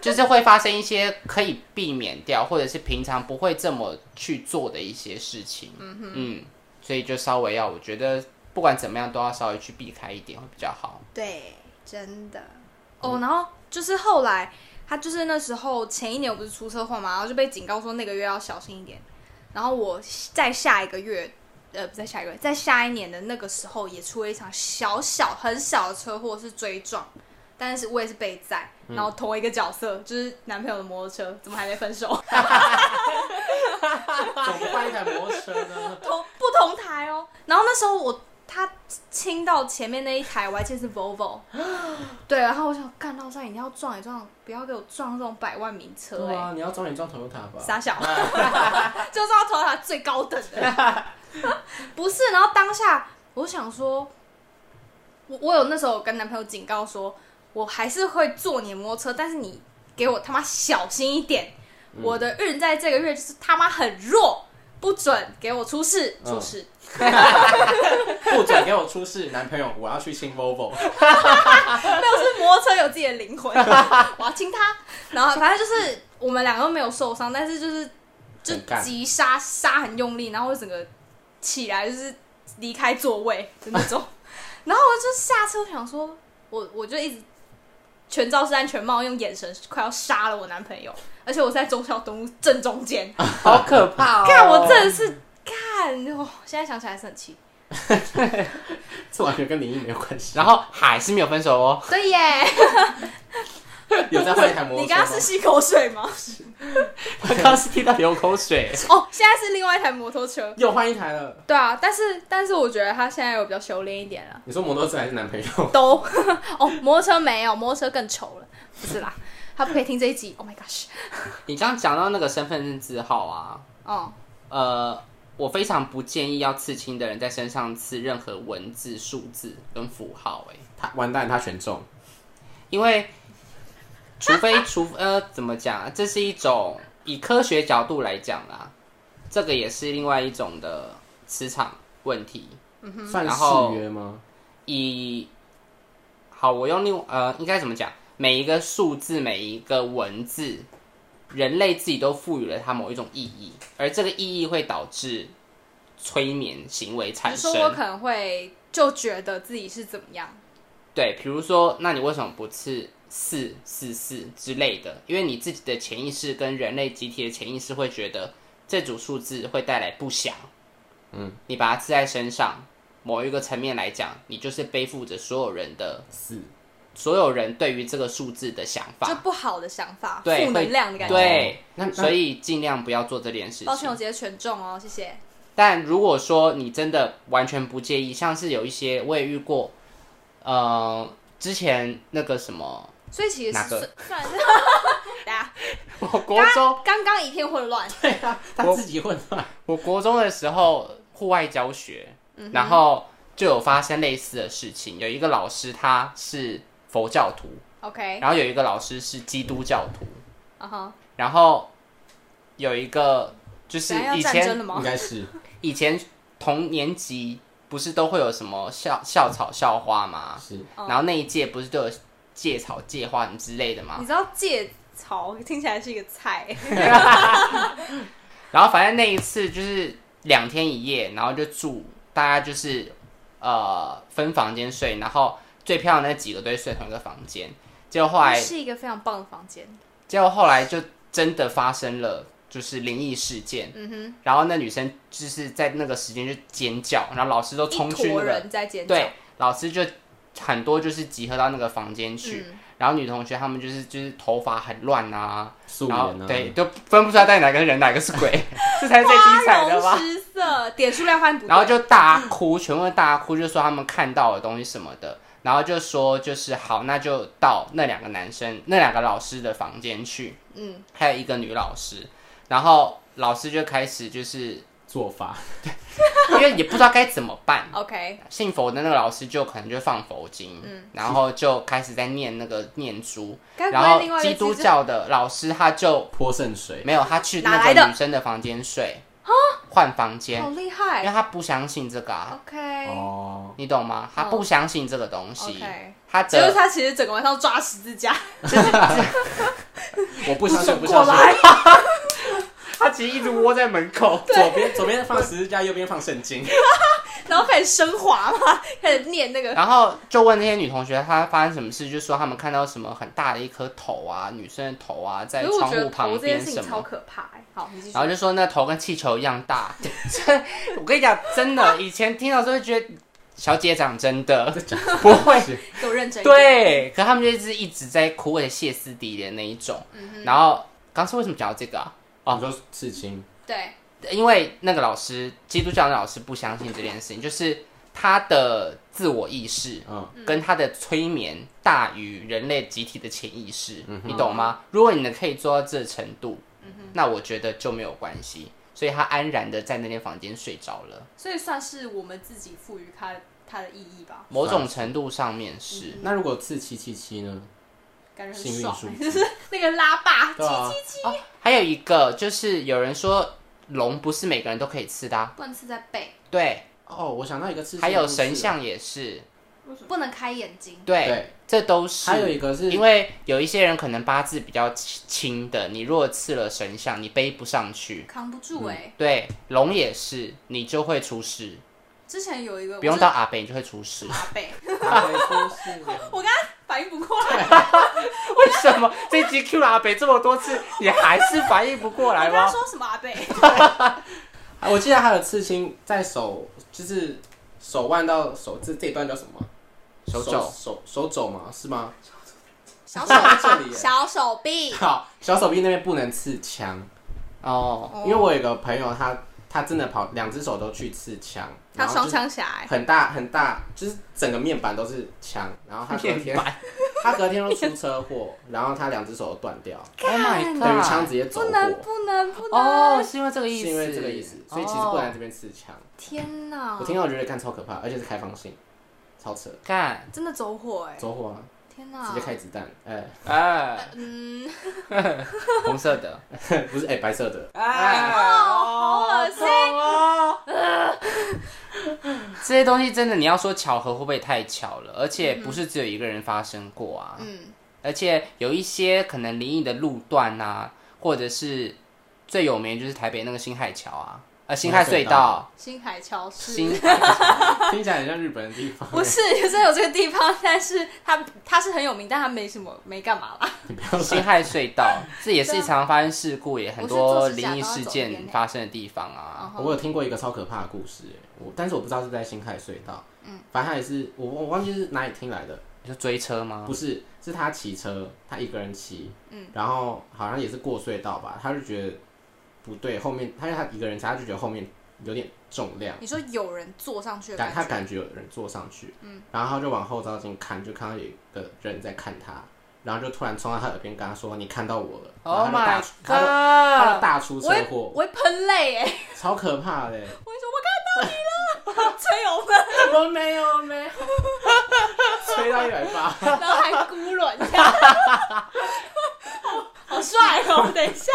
Speaker 4: 就是会发生一些可以避免掉，或者是平常不会这么去做的一些事情。嗯嗯，所以就稍微要，我觉得不管怎么样都要稍微去避开一点会比较好。
Speaker 2: 对，真的。哦，然后就是后来他就是那时候前一年我不是出车祸嘛，然后就被警告说那个月要小心一点。然后我在下一个月，呃，不在下一个月，在下一年的那个时候也出了一场小小很小的车祸，是追撞，但是我也是被载，然后同一个角色、就是男朋友的摩托车，怎么还没分手？啊
Speaker 3: 总不换一台摩托车呢？
Speaker 2: 同不同台哦。然后那时候我他亲到前面那一台，我还记得是 Volvo，对，然后我想干到上你要撞也撞，不要给我撞这种百万名 车哎、
Speaker 3: 对啊，你要装点装 Toyota 吧。
Speaker 2: 傻小， 就是要投他最高等的，不是。然后当下我想说，我我有那时候有跟男朋友警告说，我还是会坐你的摩托车，但是你给我他妈小心一点，我的运在这个月就是他妈很弱，不准给我出事，
Speaker 3: 嗯
Speaker 2: 出事。
Speaker 3: 不准给我出示男朋友，我要去亲 Volvo。
Speaker 2: 那是摩托车有自己的灵 魂，我要亲他。然后反正就是我们两个都没有受伤，但是就是就
Speaker 3: 很干
Speaker 2: 急刹刹很用力，然后我整个起来就是离开座位的那 种。然后我就下车，我想说，我我就一直全罩式安全帽，用眼神快要杀了我男朋友，而且我在忠孝东路正中间，
Speaker 4: 好可 怕哦！
Speaker 2: 看我真的是看，哦，现在想起来还是很气。
Speaker 3: 这完全跟灵异没有关系。
Speaker 4: 然后还是没有分手哦。
Speaker 2: 对耶，
Speaker 3: 有再换一台摩托
Speaker 2: 你
Speaker 3: 车
Speaker 2: 刚
Speaker 3: 吗
Speaker 2: 刚是吸口水 吗？
Speaker 4: 我刚刚是听到流口水。
Speaker 2: 哦，现在是另外一台摩托车。
Speaker 3: 又换一台了？
Speaker 2: 对啊，但是但是我觉得他现在有比较修炼一点了，
Speaker 3: 你说摩托车还是男朋友？
Speaker 2: 都 哦，摩托车没有，摩托车更丑了，不是啦，他不可以听这一集，Oh my gosh，
Speaker 4: 你刚刚讲到那个身份证字号啊，
Speaker 2: 哦，
Speaker 4: 呃，我非常不建议要刺青的人在身上刺任何文字、数字跟符号、欸。
Speaker 3: 他完蛋，他选中。
Speaker 4: 因为除非 除呃怎么讲啊，这是一种以科学角度来讲啦，这个也是另外一种的磁场问题。
Speaker 2: 嗯
Speaker 3: 算
Speaker 4: 然后
Speaker 3: 誓约吗？
Speaker 4: 以好，我用另呃应该怎么讲？每一个数字，每一个文字，人类自己都赋予了它某一种意义，而这个意义会导致催眠行为
Speaker 2: 你
Speaker 4: 产
Speaker 2: 是说我
Speaker 4: 生。
Speaker 2: 可能会就觉得自己是怎么样，
Speaker 4: 对，比如说，那你为什么不刺四四四之类的？因为你自己的潜意识跟人类集体的潜意识会觉得这组数字会带来不祥。嗯，你把它刺在身上，某一个层面来讲，你就是背负着所有人的
Speaker 3: 四，
Speaker 4: 所有人对于这个数字的想
Speaker 2: 就
Speaker 4: 法，
Speaker 2: 不好的想法，
Speaker 4: 对
Speaker 2: 负能量的感觉。
Speaker 4: 对，
Speaker 3: 那那
Speaker 4: 所以尽量不要做这件事
Speaker 2: 抱歉，我
Speaker 4: 情。
Speaker 2: 直接全中哦，谢谢。
Speaker 4: 但如果说你真的完全不介意，像是有一些我也遇过，呃，之前那个什么，
Speaker 2: 所以其实
Speaker 4: 哪
Speaker 2: 是
Speaker 4: 个
Speaker 2: 虽然是 大家
Speaker 4: 我国中
Speaker 2: 哦刚刚一片混乱，
Speaker 3: 对啊，他自己混乱，
Speaker 4: 我国中的时候户外教学，
Speaker 2: 嗯
Speaker 4: 然后就有发生类似的事情。有一个老师他是佛教徒，
Speaker 2: OK，
Speaker 4: 然后有一个老师是基督教徒，
Speaker 2: 啊哈，
Speaker 4: 然后有一个就是
Speaker 2: 等一下
Speaker 4: 以
Speaker 2: 要战争
Speaker 4: 前
Speaker 2: 了
Speaker 3: 应
Speaker 2: 吗？
Speaker 3: 该是
Speaker 4: 以前同年级不是都会有什么校校草校花吗？
Speaker 3: 是
Speaker 2: 哦
Speaker 4: 然后那一届不是都有芥草芥花什么之类的吗
Speaker 2: 你？知道芥草听起来是一个菜，
Speaker 4: 然后反正那一次就是两天一夜，然后就住，大家就是呃分房间睡，然后最漂亮的那几个都会睡同一个房间。结果后来，
Speaker 2: 是一个非常棒的房间。
Speaker 4: 结果后来就真的发生了就是灵异事件。
Speaker 2: 嗯哼，
Speaker 4: 然后那女生就是在那个时间就尖叫，然后老师都冲
Speaker 2: 一
Speaker 4: 去那
Speaker 2: 坨
Speaker 4: 个
Speaker 2: 人在尖叫，
Speaker 4: 对，老师就很多就是集合到那个房间去，
Speaker 2: 嗯，
Speaker 4: 然后女同学她们就是就是头发很乱啊，
Speaker 3: 素
Speaker 4: 然后
Speaker 3: 颜啊，
Speaker 4: 对，，都分不出来到底哪个是人哪个是 鬼，这才是最精彩
Speaker 2: 花
Speaker 4: 的吧
Speaker 2: 容。失色，点数量翻不对，
Speaker 4: 然后就大哭，全部都大哭，就说他们看到的东西什么的，然后就说就是好，那就到那两个男生、那两个老师的房间去，
Speaker 2: 嗯，，
Speaker 4: 还有一个女老师，然后老师就开始就是
Speaker 3: 做法
Speaker 4: 因为也不知道该怎么办
Speaker 2: OK，
Speaker 4: 啊 信佛的那个老师就可能就放佛经，
Speaker 2: 嗯
Speaker 4: 然后就开始在念那个念珠，
Speaker 2: 该不
Speaker 4: 然
Speaker 2: 会
Speaker 4: 后
Speaker 2: 另外一
Speaker 4: 基
Speaker 2: 个
Speaker 4: 督
Speaker 2: 机制
Speaker 4: 教的老师他就
Speaker 3: 泼圣水，
Speaker 4: 没有，他去
Speaker 2: 哪
Speaker 4: 那
Speaker 2: 来
Speaker 4: 个
Speaker 2: 的
Speaker 4: 女生的房间睡，换房间，
Speaker 2: 好厉
Speaker 4: 因为
Speaker 2: 害
Speaker 4: 他不相信这个啊。
Speaker 2: ，OK
Speaker 3: 哦，
Speaker 4: 你懂吗？他不相信这个东西，
Speaker 2: 嗯 OK，
Speaker 4: 他
Speaker 2: 结果
Speaker 4: 的
Speaker 2: 他其实整个晚上抓十字架，
Speaker 3: 我不相信，
Speaker 2: 不
Speaker 3: 不
Speaker 2: 过
Speaker 3: 相信，。
Speaker 2: 来，
Speaker 4: 他其实一直窝在门口
Speaker 3: 左边左边放十字架，右边放圣经，
Speaker 2: 然后开始升华嘛， 开始念那个，
Speaker 4: 然后就问那些女同学，她发生什么事，就说她们看到什么很大的一颗头啊，女生的头啊，在
Speaker 2: 可是我
Speaker 4: 窗
Speaker 2: 觉得
Speaker 4: 户
Speaker 2: 头
Speaker 4: 旁
Speaker 2: 这件
Speaker 4: 边
Speaker 2: 事
Speaker 4: 什
Speaker 2: 情超
Speaker 4: 么，
Speaker 2: 可怕欸，好，你继续
Speaker 4: 然，后就说那头跟气球一样 大。这我跟你讲，真的，以前听到的时候就觉得小姐讲真 的，不会
Speaker 2: 给我认真一点，
Speaker 4: 对，可他们就是一直在哭，而且歇斯底里的那一种。
Speaker 2: 嗯
Speaker 4: 然后刚是为什么讲到这个啊？哦
Speaker 3: 你说刺青，
Speaker 2: 对，
Speaker 4: 因为那个老师，基督教的老师不相信这件事情，就是他的自我意识
Speaker 3: 嗯，
Speaker 4: 跟他的催眠大于人类集体的潜意识，
Speaker 3: 嗯
Speaker 4: 你懂吗？如果你能可以做到这程度，那我觉得就没有关系。所以他安然的在那间房间睡着了，
Speaker 2: 所以算是我们自己赋予它它的意义吧，
Speaker 3: 啊
Speaker 4: 某种程度上面是。
Speaker 3: 那如果刺七七七呢？
Speaker 2: 感觉
Speaker 3: 幸
Speaker 2: 很
Speaker 3: 运
Speaker 2: 爽欸
Speaker 3: 数，
Speaker 2: 就
Speaker 3: 字
Speaker 2: 是那个拉霸
Speaker 3: 对啊，
Speaker 4: 还有一个就是有人说龙不是每个人都可以刺的啊、
Speaker 2: 不能刺在背，
Speaker 4: 对，
Speaker 3: 哦，我想到一个刺青，
Speaker 4: 还有神，像也是，
Speaker 2: 不能开眼睛，
Speaker 4: 对，
Speaker 3: 对
Speaker 4: 这都是。
Speaker 3: 还有一个哎是
Speaker 4: 因为有一些人可能八字比较轻的，你如果刺了神像，你背不上去。
Speaker 2: 扛不
Speaker 4: 嗯
Speaker 2: 住哎、
Speaker 4: 对，龙也是，你就会出事，
Speaker 2: 之前有一个
Speaker 4: 不用
Speaker 2: 到。
Speaker 4: 到阿北你就会出事
Speaker 2: 阿背，
Speaker 3: 阿北出事了
Speaker 2: 我刚刚反应不过来，
Speaker 4: 为什么这集 Q 了阿北这么多次，你还是反应不过来
Speaker 2: 我刚刚
Speaker 4: 吗？
Speaker 2: 说什么阿背？
Speaker 3: 啊我记得他的刺青在手，就是手腕到手这这一段叫什么啊？
Speaker 4: 手肘
Speaker 3: 手手手肘吗？是吗？
Speaker 2: 小手
Speaker 3: 在这里耶
Speaker 2: 小手臂，
Speaker 3: 好，小手臂那边不能刺枪，
Speaker 4: 哦，
Speaker 3: 因为我有一个朋友他，他真的跑两只手都去刺枪，
Speaker 2: 他
Speaker 3: 然后就
Speaker 2: 双
Speaker 3: 是
Speaker 2: 枪侠哎、
Speaker 3: 很大很大，就是整个面板都是枪，然后他隔
Speaker 4: 面
Speaker 3: 天
Speaker 4: 板
Speaker 3: 他隔天又出车祸，然后他两只手都断掉，
Speaker 4: ，Oh
Speaker 3: 等于枪
Speaker 4: my
Speaker 3: 直
Speaker 4: god！
Speaker 3: 接走
Speaker 2: 不能
Speaker 3: 火，
Speaker 2: 不能不能！
Speaker 4: 哦，是因为这个
Speaker 3: 是
Speaker 4: 意思，
Speaker 3: 因为这个意思，所以其实不能在
Speaker 4: 哦
Speaker 3: 这边刺枪。
Speaker 2: 天哪
Speaker 3: 我，听到我觉得看超可怕，而且是开放性，超扯，
Speaker 4: 干，
Speaker 2: 真的走火哎、
Speaker 3: 走火啊，
Speaker 2: 天哪
Speaker 3: 直接！开子弹，哎、
Speaker 4: 哎，
Speaker 2: 嗯，
Speaker 4: 红色的，
Speaker 3: 不是哎、白色的，
Speaker 4: 哎，
Speaker 2: 好恶心
Speaker 4: 哦！这些东西真的，你要说巧合会不会太巧了？而且不是只有一个人发生过啊，
Speaker 2: 嗯，
Speaker 4: 而且有一些可能灵异的路段啊，或者是最有名的就是台北那个新海桥啊，呃辛亥隧道，
Speaker 2: 新海桥是
Speaker 4: 新
Speaker 3: 听起来很像日本的地方。哎
Speaker 2: 不是， 就是有这个地方，但是它它是很有名，但它没什么没干嘛啦。
Speaker 4: 辛亥隧道，这也是一常发生事故，也很多灵异事
Speaker 2: 我是坐指甲刀要走
Speaker 4: 件
Speaker 2: 边
Speaker 4: 发生的地方
Speaker 2: 哦
Speaker 4: 啊。
Speaker 3: 我有听过一个超可怕的故事，哎我但是我不知道是在新海隧道，嗯，反正他也是我我忘记是哪里听来的，
Speaker 4: 你说追车吗？
Speaker 3: 不是，是他骑车，他一个人骑，嗯，然后好像也是过隧道吧，他就觉得不对，后面他因为他一个人骑，他就觉得后面有点重量，
Speaker 2: 你说有人坐上去的
Speaker 3: 感
Speaker 2: 感
Speaker 3: 他
Speaker 2: 觉，
Speaker 3: 感觉有人坐上去，嗯，然后他就往后照镜看，就看到有一个人在看他，然后就突然冲到他耳边跟他说：“你看到我了。”
Speaker 4: Oh
Speaker 3: 然后
Speaker 4: my
Speaker 3: 他就大出他就他就
Speaker 4: god！
Speaker 3: 大出车
Speaker 2: 我会
Speaker 3: 祸，
Speaker 2: 我会喷泪哎，
Speaker 3: 超可怕的欸。
Speaker 2: 我会说我看到你 了， 吹油门，
Speaker 3: 我没有，我没有，吹到一百八。
Speaker 2: 然后还孤轮这样， 好好帅哦！等一下，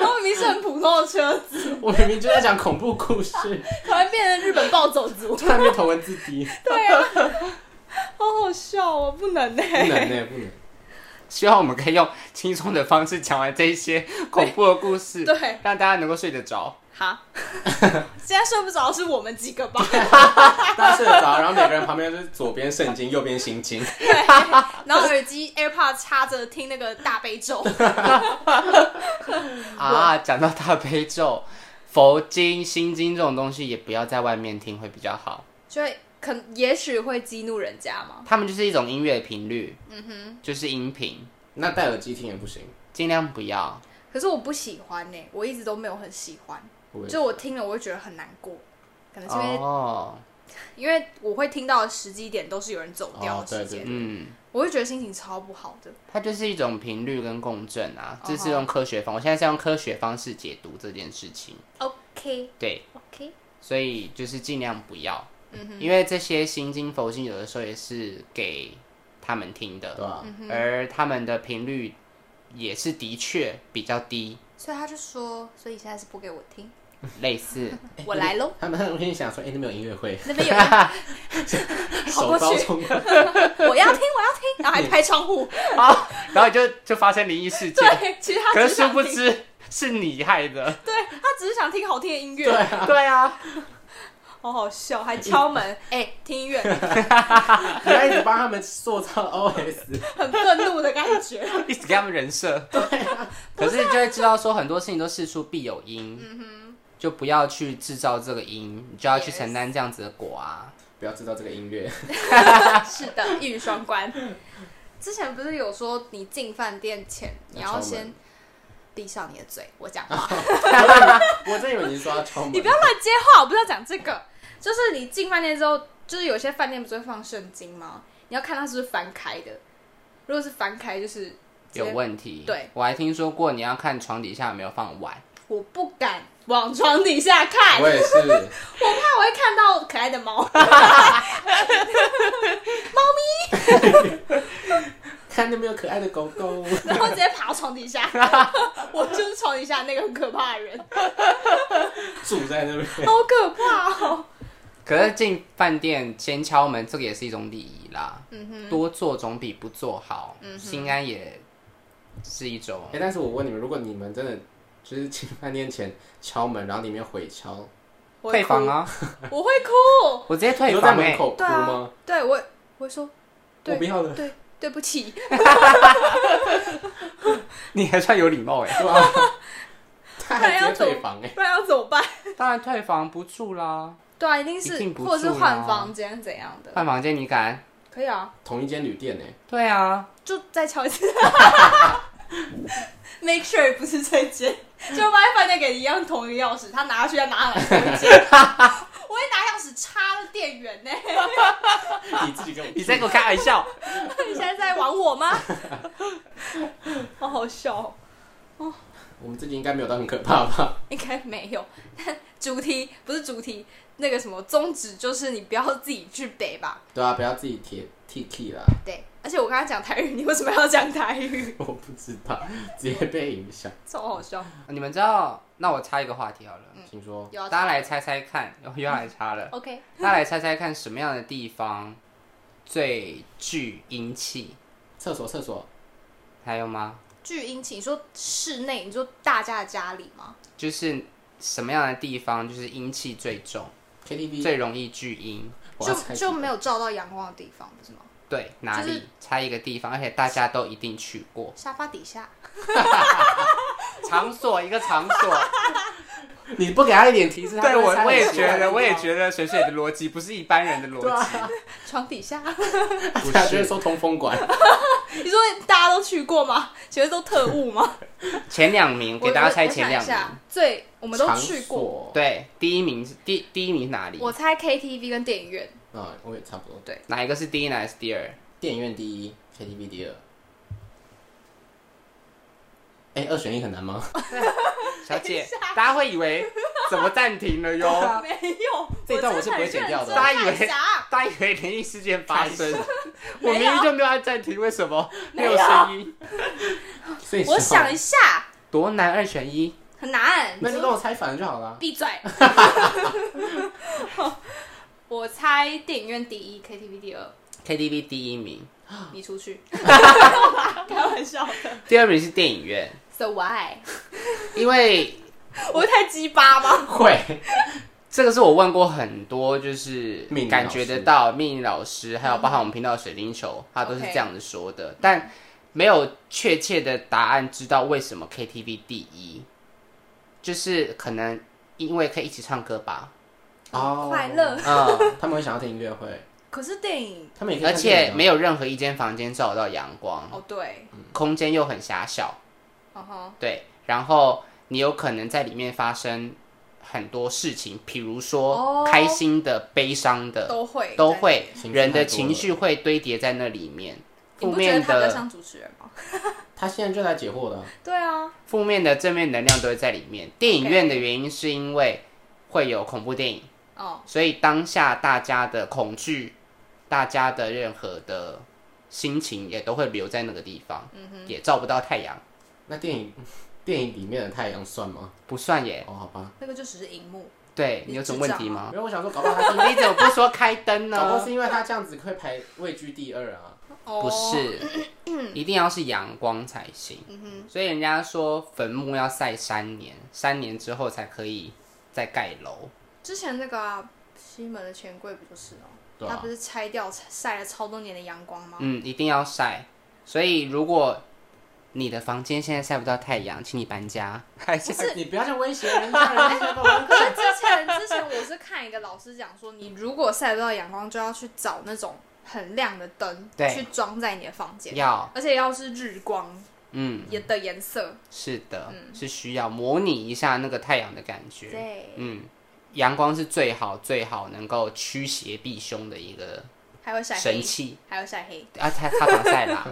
Speaker 2: 我明明是很普通的车子，
Speaker 3: 我明明就在讲恐怖故事，
Speaker 2: 突然变成日本暴走族，
Speaker 3: 突然变头文字 D，
Speaker 2: 对啊，好好笑哦，不能
Speaker 3: 不
Speaker 2: 哎、
Speaker 3: 能呢，不能。
Speaker 4: 希望我们可以用轻松的方式讲完这一些恐怖的故事，
Speaker 2: 对，
Speaker 4: 让大家能够睡得着。
Speaker 2: 好，现在睡不着是我们几个 吧？
Speaker 3: 大家睡得着，然后每个人旁边就是左边圣经，右边心经。
Speaker 2: 然后耳机 AirPod 插着听那个大悲咒，
Speaker 4: 啊，讲到大悲咒、佛经、心经这种东西，也不要在外面听会比较好。
Speaker 2: 就会可也许会激怒人家嘛。
Speaker 4: 他们就是一种音乐频率，嗯哼，就是音频，
Speaker 3: 那戴耳机听也不行，
Speaker 4: 尽量不要。
Speaker 2: 可是我不喜欢呢、欸我一直都没有很喜欢，
Speaker 3: 我也啊
Speaker 2: 就我听了我会觉得很难过，可能是因为、
Speaker 4: 哦，
Speaker 2: 因为我会听到的时机点都是有人走掉
Speaker 3: 哦
Speaker 2: 的
Speaker 3: 对
Speaker 2: 时间，
Speaker 3: 对对
Speaker 4: 嗯，
Speaker 2: 我会觉得心情超不好的。
Speaker 4: 它就是一种频率跟共振啊，
Speaker 2: 哦
Speaker 4: 这是用科学方，我现在是用科学方式解读这件事情，
Speaker 2: OK
Speaker 4: 对，
Speaker 2: OK，
Speaker 4: 所以就是尽量不要，嗯、因为这些心经佛经有的时候也是给他们听的，
Speaker 3: 对啊吧？
Speaker 4: 而他们的频率也是的确比较低，
Speaker 2: 所以他就说，所以现在是播给我听，
Speaker 4: 类似。
Speaker 2: 嗯
Speaker 3: 哎
Speaker 2: 我来喽。
Speaker 3: 他们他们跟你想说，哎，那边有音乐会，
Speaker 2: 那边有人，跑
Speaker 3: 手
Speaker 2: 过
Speaker 3: 刀
Speaker 2: 去
Speaker 3: 冲过来，
Speaker 2: 我要听，我要听，然后还拍窗户。
Speaker 4: 然后你就就发生灵异 事件，
Speaker 2: 对，其实他
Speaker 4: 可
Speaker 2: 只
Speaker 4: 是殊
Speaker 2: 想
Speaker 4: 不
Speaker 2: 听，
Speaker 4: 啊知是你害 的。
Speaker 2: 对他只是想听好听的音乐。
Speaker 3: 对啊，
Speaker 4: 对啊，
Speaker 2: 好好笑，还敲门，哎、听音乐，
Speaker 3: 你要一直帮他们塑造 OS，
Speaker 2: 很愤怒的感觉。
Speaker 4: 一直给他们人设。 对可是啊嗯就会知道说很多事情都事出必有因，就不要去制造这个因，你就要去
Speaker 2: Yes
Speaker 4: 承担这样子的果啊。
Speaker 3: 不要制造这个音乐。
Speaker 2: 是的，一语双关。之前不是有说，你进饭店前，你
Speaker 3: 敲
Speaker 2: 要
Speaker 3: 门
Speaker 2: 先闭上你的嘴，我讲话，
Speaker 3: 我真以为你说要敲门，
Speaker 2: 你不要乱接话，我不是要讲这个。就是你进饭店之后，就是有些饭店不是会放圣经吗？你要看它是不是翻开的，如果是翻开，就是
Speaker 4: 有问题，
Speaker 2: 对
Speaker 4: 我还听说过你要看床底下有没有放碗，
Speaker 2: 我不敢往床底下看，
Speaker 3: 我也是。
Speaker 2: 我怕我会看到可爱的猫。
Speaker 3: 看那边有可爱的狗狗，
Speaker 2: 然后直接爬到床底 下，我就是床底下那个很可怕的人，
Speaker 3: 住在那边。
Speaker 2: 好可怕哦！
Speaker 4: 可是进饭店先敲门，这个也是一种礼仪啦。
Speaker 2: 嗯
Speaker 4: 多做总比不做好，心安也是一种
Speaker 3: 哎、但是我问你们，如果你们真的就是 进饭店前敲门，然后里面回敲，
Speaker 2: 我
Speaker 4: 退
Speaker 2: 会
Speaker 4: 房
Speaker 2: 哭，
Speaker 4: 啊！
Speaker 2: 我会哭，
Speaker 4: 我直接
Speaker 3: 你
Speaker 4: 退
Speaker 3: 都在
Speaker 4: 房
Speaker 3: 门
Speaker 4: 欸
Speaker 3: 口哭
Speaker 2: 对啊
Speaker 3: 吗？，
Speaker 2: 对我我会说对
Speaker 3: 我不要了，
Speaker 2: 对对不起，
Speaker 4: 哎你还算有礼貌哎。
Speaker 3: 对吧？ 他
Speaker 2: 不然
Speaker 3: 还
Speaker 2: 要
Speaker 3: 直接
Speaker 2: 走
Speaker 3: 退房哎、
Speaker 2: 不然要怎么办？
Speaker 4: 当然退房不住啦，
Speaker 2: 对啊，一定是
Speaker 4: 一定不
Speaker 2: 或者是
Speaker 4: 住啊
Speaker 2: 换房间怎样的，
Speaker 4: 换房间你敢？
Speaker 2: 可以啊，
Speaker 3: 同一间旅店哎、
Speaker 4: 对啊，
Speaker 2: 就再敲一次 ，make sure 不是这 间，就把饭店给一样同一个钥匙，他拿去再拿来同一间，我会拿钥匙插了店员呢、
Speaker 3: 你自己跟我，
Speaker 4: 你在给我开玩笑？
Speaker 2: 你现在在玩我吗？ 好好笑、哦。
Speaker 3: 我们自己应该没有到很可怕吧？
Speaker 2: 应该没有， 但主题不是主题，那个什么宗旨就是你不要自己去北吧。
Speaker 3: 对啊，不要自己贴 T T 啦，
Speaker 2: 对，而且我刚刚讲台语，你为什么要讲台语？
Speaker 3: 我不知道，直接被影响。
Speaker 2: 超好笑，
Speaker 4: 你们知道？那我插一个话题好了，
Speaker 3: 请说，
Speaker 2: 有啊
Speaker 4: 大家来猜猜看， 又又要来插了。
Speaker 2: OK，
Speaker 4: 大家来猜猜看，什么样的地方最具阴气？
Speaker 3: 厕所厕所，
Speaker 4: 还有吗？
Speaker 2: 巨婴寝，你说室内，你说大家的家里吗？
Speaker 4: 就是什么样的地方就是阴气最重，
Speaker 3: KTV
Speaker 4: 最容易聚阴？
Speaker 3: 我要
Speaker 2: 就
Speaker 3: 猜
Speaker 2: 就没有照到阳光的地方，不是吗？
Speaker 4: 对，哪
Speaker 2: 就
Speaker 4: 里
Speaker 2: 是
Speaker 4: 猜一个地方，而且大家都一定去过
Speaker 2: 沙发底下，
Speaker 4: 场所，一个 场所。
Speaker 3: 你不给他一点提示，他
Speaker 4: 对
Speaker 3: 就会
Speaker 4: 我
Speaker 3: 猜
Speaker 4: 我也
Speaker 3: 很奇
Speaker 4: 觉
Speaker 3: 怪的
Speaker 4: 得，我也
Speaker 3: 地
Speaker 4: 觉得水水的逻辑不是一般人的逻
Speaker 2: 啊
Speaker 4: 辑，
Speaker 2: 床底下。
Speaker 3: 方
Speaker 4: 不
Speaker 3: 他就会
Speaker 4: 是
Speaker 3: 说通风管，
Speaker 2: 你说大家都去过吗？觉得都特务 吗？
Speaker 4: 前两名给大家猜前
Speaker 2: 我
Speaker 4: 两
Speaker 2: 我想一
Speaker 4: 名
Speaker 2: 下。，最我
Speaker 3: 我
Speaker 2: 们都去过。
Speaker 4: 对，第一名是第第一名是哪里？
Speaker 2: 我猜 KTV 跟电影院，
Speaker 3: 啊，我也差不多。
Speaker 4: 哪一个是第一，哪一个是第二？
Speaker 3: 电影院第一，KTV 第二。哎，二选一很难吗？
Speaker 2: 哦
Speaker 4: 小姐，大家会以为怎么暂停 了哟？
Speaker 2: 没有，
Speaker 3: 这段我是不会剪掉的
Speaker 4: 大家以为
Speaker 2: 啥？
Speaker 4: 大家以为灵异事件发生
Speaker 3: 开，
Speaker 4: 我明明就没有按暂停，为什么没有声音？
Speaker 3: 所以
Speaker 2: 我想一下，
Speaker 4: 多难，二选一。
Speaker 2: 很 难。
Speaker 3: 那就让我猜反了就 好了。
Speaker 2: 闭嘴。我猜电影院第一，KTV 第二。
Speaker 4: KTV 第一名，
Speaker 2: 你出去，开玩笑的。
Speaker 4: 第二名是电影院，
Speaker 2: So why？
Speaker 4: 因为
Speaker 2: 我太鸡巴吗？
Speaker 3: 会，
Speaker 4: 这个是我问过很多，就是
Speaker 3: 命理
Speaker 4: 感觉得到命理老师，还有包含我们频道的水晶球，他都是
Speaker 2: OK
Speaker 4: 这样子说的，但没有确切的答案知道为什么 KTV 第一，就是可能因为可以一起唱歌吧，
Speaker 3: 哦
Speaker 2: 快乐。
Speaker 4: 嗯，
Speaker 3: 他们会想要听音乐会，
Speaker 2: 可是电影，
Speaker 3: 他们也可以
Speaker 4: 而
Speaker 3: 看电
Speaker 4: 且
Speaker 3: 影啊
Speaker 4: 没有任何一间房间照得到阳光，
Speaker 2: 哦对，
Speaker 4: 空间又很狭小，
Speaker 2: 嗯哼，
Speaker 4: 对，然后你有可能在里面发生很多事情，比如说
Speaker 2: 哦
Speaker 4: 开心的、悲伤的，
Speaker 2: 都会
Speaker 4: 呃都会
Speaker 3: 情绪太
Speaker 4: 人的
Speaker 3: 多
Speaker 4: 情
Speaker 3: 了
Speaker 4: 绪会堆叠在那里面，
Speaker 2: 你
Speaker 4: 负
Speaker 2: 不觉得
Speaker 4: 面
Speaker 2: 他比较
Speaker 4: 的、
Speaker 2: 像主持人吗？
Speaker 3: 他现在就来解惑的啊，
Speaker 2: 对啊，
Speaker 4: 负面的、正面能量都会在里面。电影院的原因是因为会有恐怖电影，
Speaker 2: 哦，
Speaker 4: 所以当下大家的恐惧、大家的任何的心情也都会留在那个地方，也照不到太阳，
Speaker 3: 那电影 电影里面的太阳算吗？
Speaker 4: 不算耶。
Speaker 3: 哦，好吧，
Speaker 2: 那个就只是荧幕，
Speaker 4: 对
Speaker 2: 你
Speaker 4: 你有什么
Speaker 2: 智
Speaker 4: 问
Speaker 2: 障
Speaker 4: 题
Speaker 2: 吗
Speaker 4: 吗
Speaker 3: 没？有，我想说搞不好 他是因为
Speaker 4: 你怎么不说开灯
Speaker 3: 搞不好
Speaker 4: 呢
Speaker 3: 是？因为他这样子会排位居第二啊。
Speaker 2: 哦
Speaker 4: 不，是， 一定要是阳光才行。
Speaker 2: 嗯
Speaker 4: 所以人家说坟墓要晒三年，三年之后才可以再盖楼。
Speaker 2: 哼，之前那个啊西门的钱柜不就是哦，
Speaker 3: 对
Speaker 2: 他
Speaker 3: 啊
Speaker 2: 不，是拆掉晒了超多年的阳光吗？
Speaker 4: 嗯，一定要晒。所以如果你的房间现在晒不到太阳，请你 搬家。
Speaker 3: 不是你不要再威胁人家，人家跟 我
Speaker 2: 可是之前之前我是看一个老师讲说，你如果晒不到阳光，就要去找那种很亮的灯，
Speaker 4: 对
Speaker 2: 去装在你的房间，
Speaker 4: 要，
Speaker 2: 而且要是日光
Speaker 4: 嗯，
Speaker 2: 也的颜色。
Speaker 4: 是的，是需要模拟一下那个太阳的感觉。
Speaker 2: 嗯对，
Speaker 4: 嗯，阳光是最好最好能够驱邪避凶的一个
Speaker 2: 还会晒
Speaker 4: 神
Speaker 2: 黑，
Speaker 4: 器
Speaker 2: 还会晒黑。
Speaker 4: 啊！擦擦防晒 啦，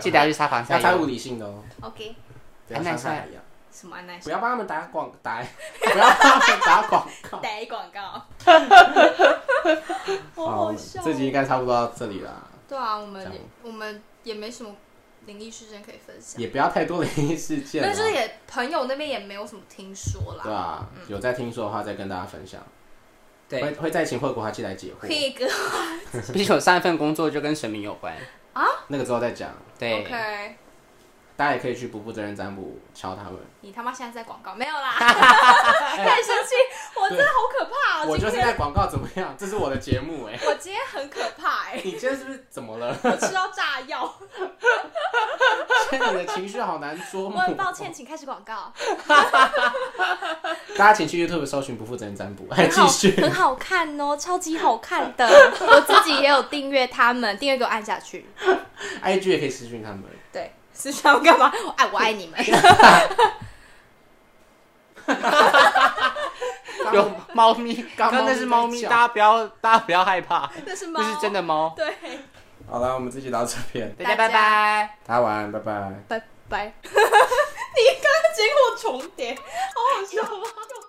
Speaker 4: 记得要去擦防
Speaker 3: 要
Speaker 4: 晒哟。
Speaker 3: 猜物理性的哦，
Speaker 2: OK，
Speaker 3: 不要
Speaker 4: 安奈
Speaker 3: 伤害
Speaker 4: 赛
Speaker 3: 一样，
Speaker 2: 什么安耐
Speaker 3: 不要帮他们打广打， 不要帮他们打广 告。
Speaker 2: 打一广 告，好
Speaker 3: 好，
Speaker 2: 好笑哦。
Speaker 3: 这集应该差不多到这里啦，
Speaker 2: 对啊，我们
Speaker 3: 这
Speaker 2: 也
Speaker 3: 样
Speaker 2: 我们也没什么灵异事件可以分享，
Speaker 3: 也不要太多灵异事件
Speaker 2: 但
Speaker 3: 了，
Speaker 2: 就是
Speaker 3: 对
Speaker 2: 也朋友那边也没有什么听说啦。嗯
Speaker 3: 吧？有在听说的话，再跟大家分享。
Speaker 4: 对
Speaker 3: 会会再请惠国华记来解惑，
Speaker 2: Pig
Speaker 4: 毕竟我上一份工作就跟神明有关。
Speaker 3: 那个之后再讲。
Speaker 4: 对
Speaker 2: OK，
Speaker 3: 大家也可以去不负责任占卜敲他们。
Speaker 2: 你他妈现在在广告没有 啦？太生气，我真的好可怕哦！
Speaker 3: 我
Speaker 2: 今
Speaker 3: 就是
Speaker 2: 天
Speaker 3: 在广告怎么样？这是我的节目 哎、
Speaker 2: 我今天很可怕哎，
Speaker 3: 你今天是不是怎么了？
Speaker 2: 我吃到炸 药，
Speaker 3: 现在你的情绪好难捉
Speaker 2: 我
Speaker 3: 摸。
Speaker 2: 很抱歉，请开始广告。
Speaker 3: 大家请去 YouTube 搜寻不负责任占卜， 还
Speaker 2: 很
Speaker 3: 继
Speaker 2: 好，
Speaker 3: 续。
Speaker 2: 很好看哦，超级好看 的。我自己也有订阅他们，订阅给我按下去。
Speaker 3: IG 也可以私讯他们。
Speaker 2: 对，是想要干 嘛？我啊爱我爱你们。
Speaker 4: 有猫咪，
Speaker 3: 刚刚
Speaker 4: 刚刚那是猫咪，
Speaker 3: 在叫
Speaker 4: 大家不要，大家不要害怕，
Speaker 2: 那是
Speaker 4: 那
Speaker 2: 吗？
Speaker 4: 是真。的猫。
Speaker 2: 对，
Speaker 3: 好了，我们这集到这边，
Speaker 4: 大
Speaker 2: 大
Speaker 4: 家
Speaker 2: 家
Speaker 4: 拜拜。
Speaker 3: 大家晚安，拜拜。
Speaker 2: 拜拜。你刚刚结果重叠，好好笑啊！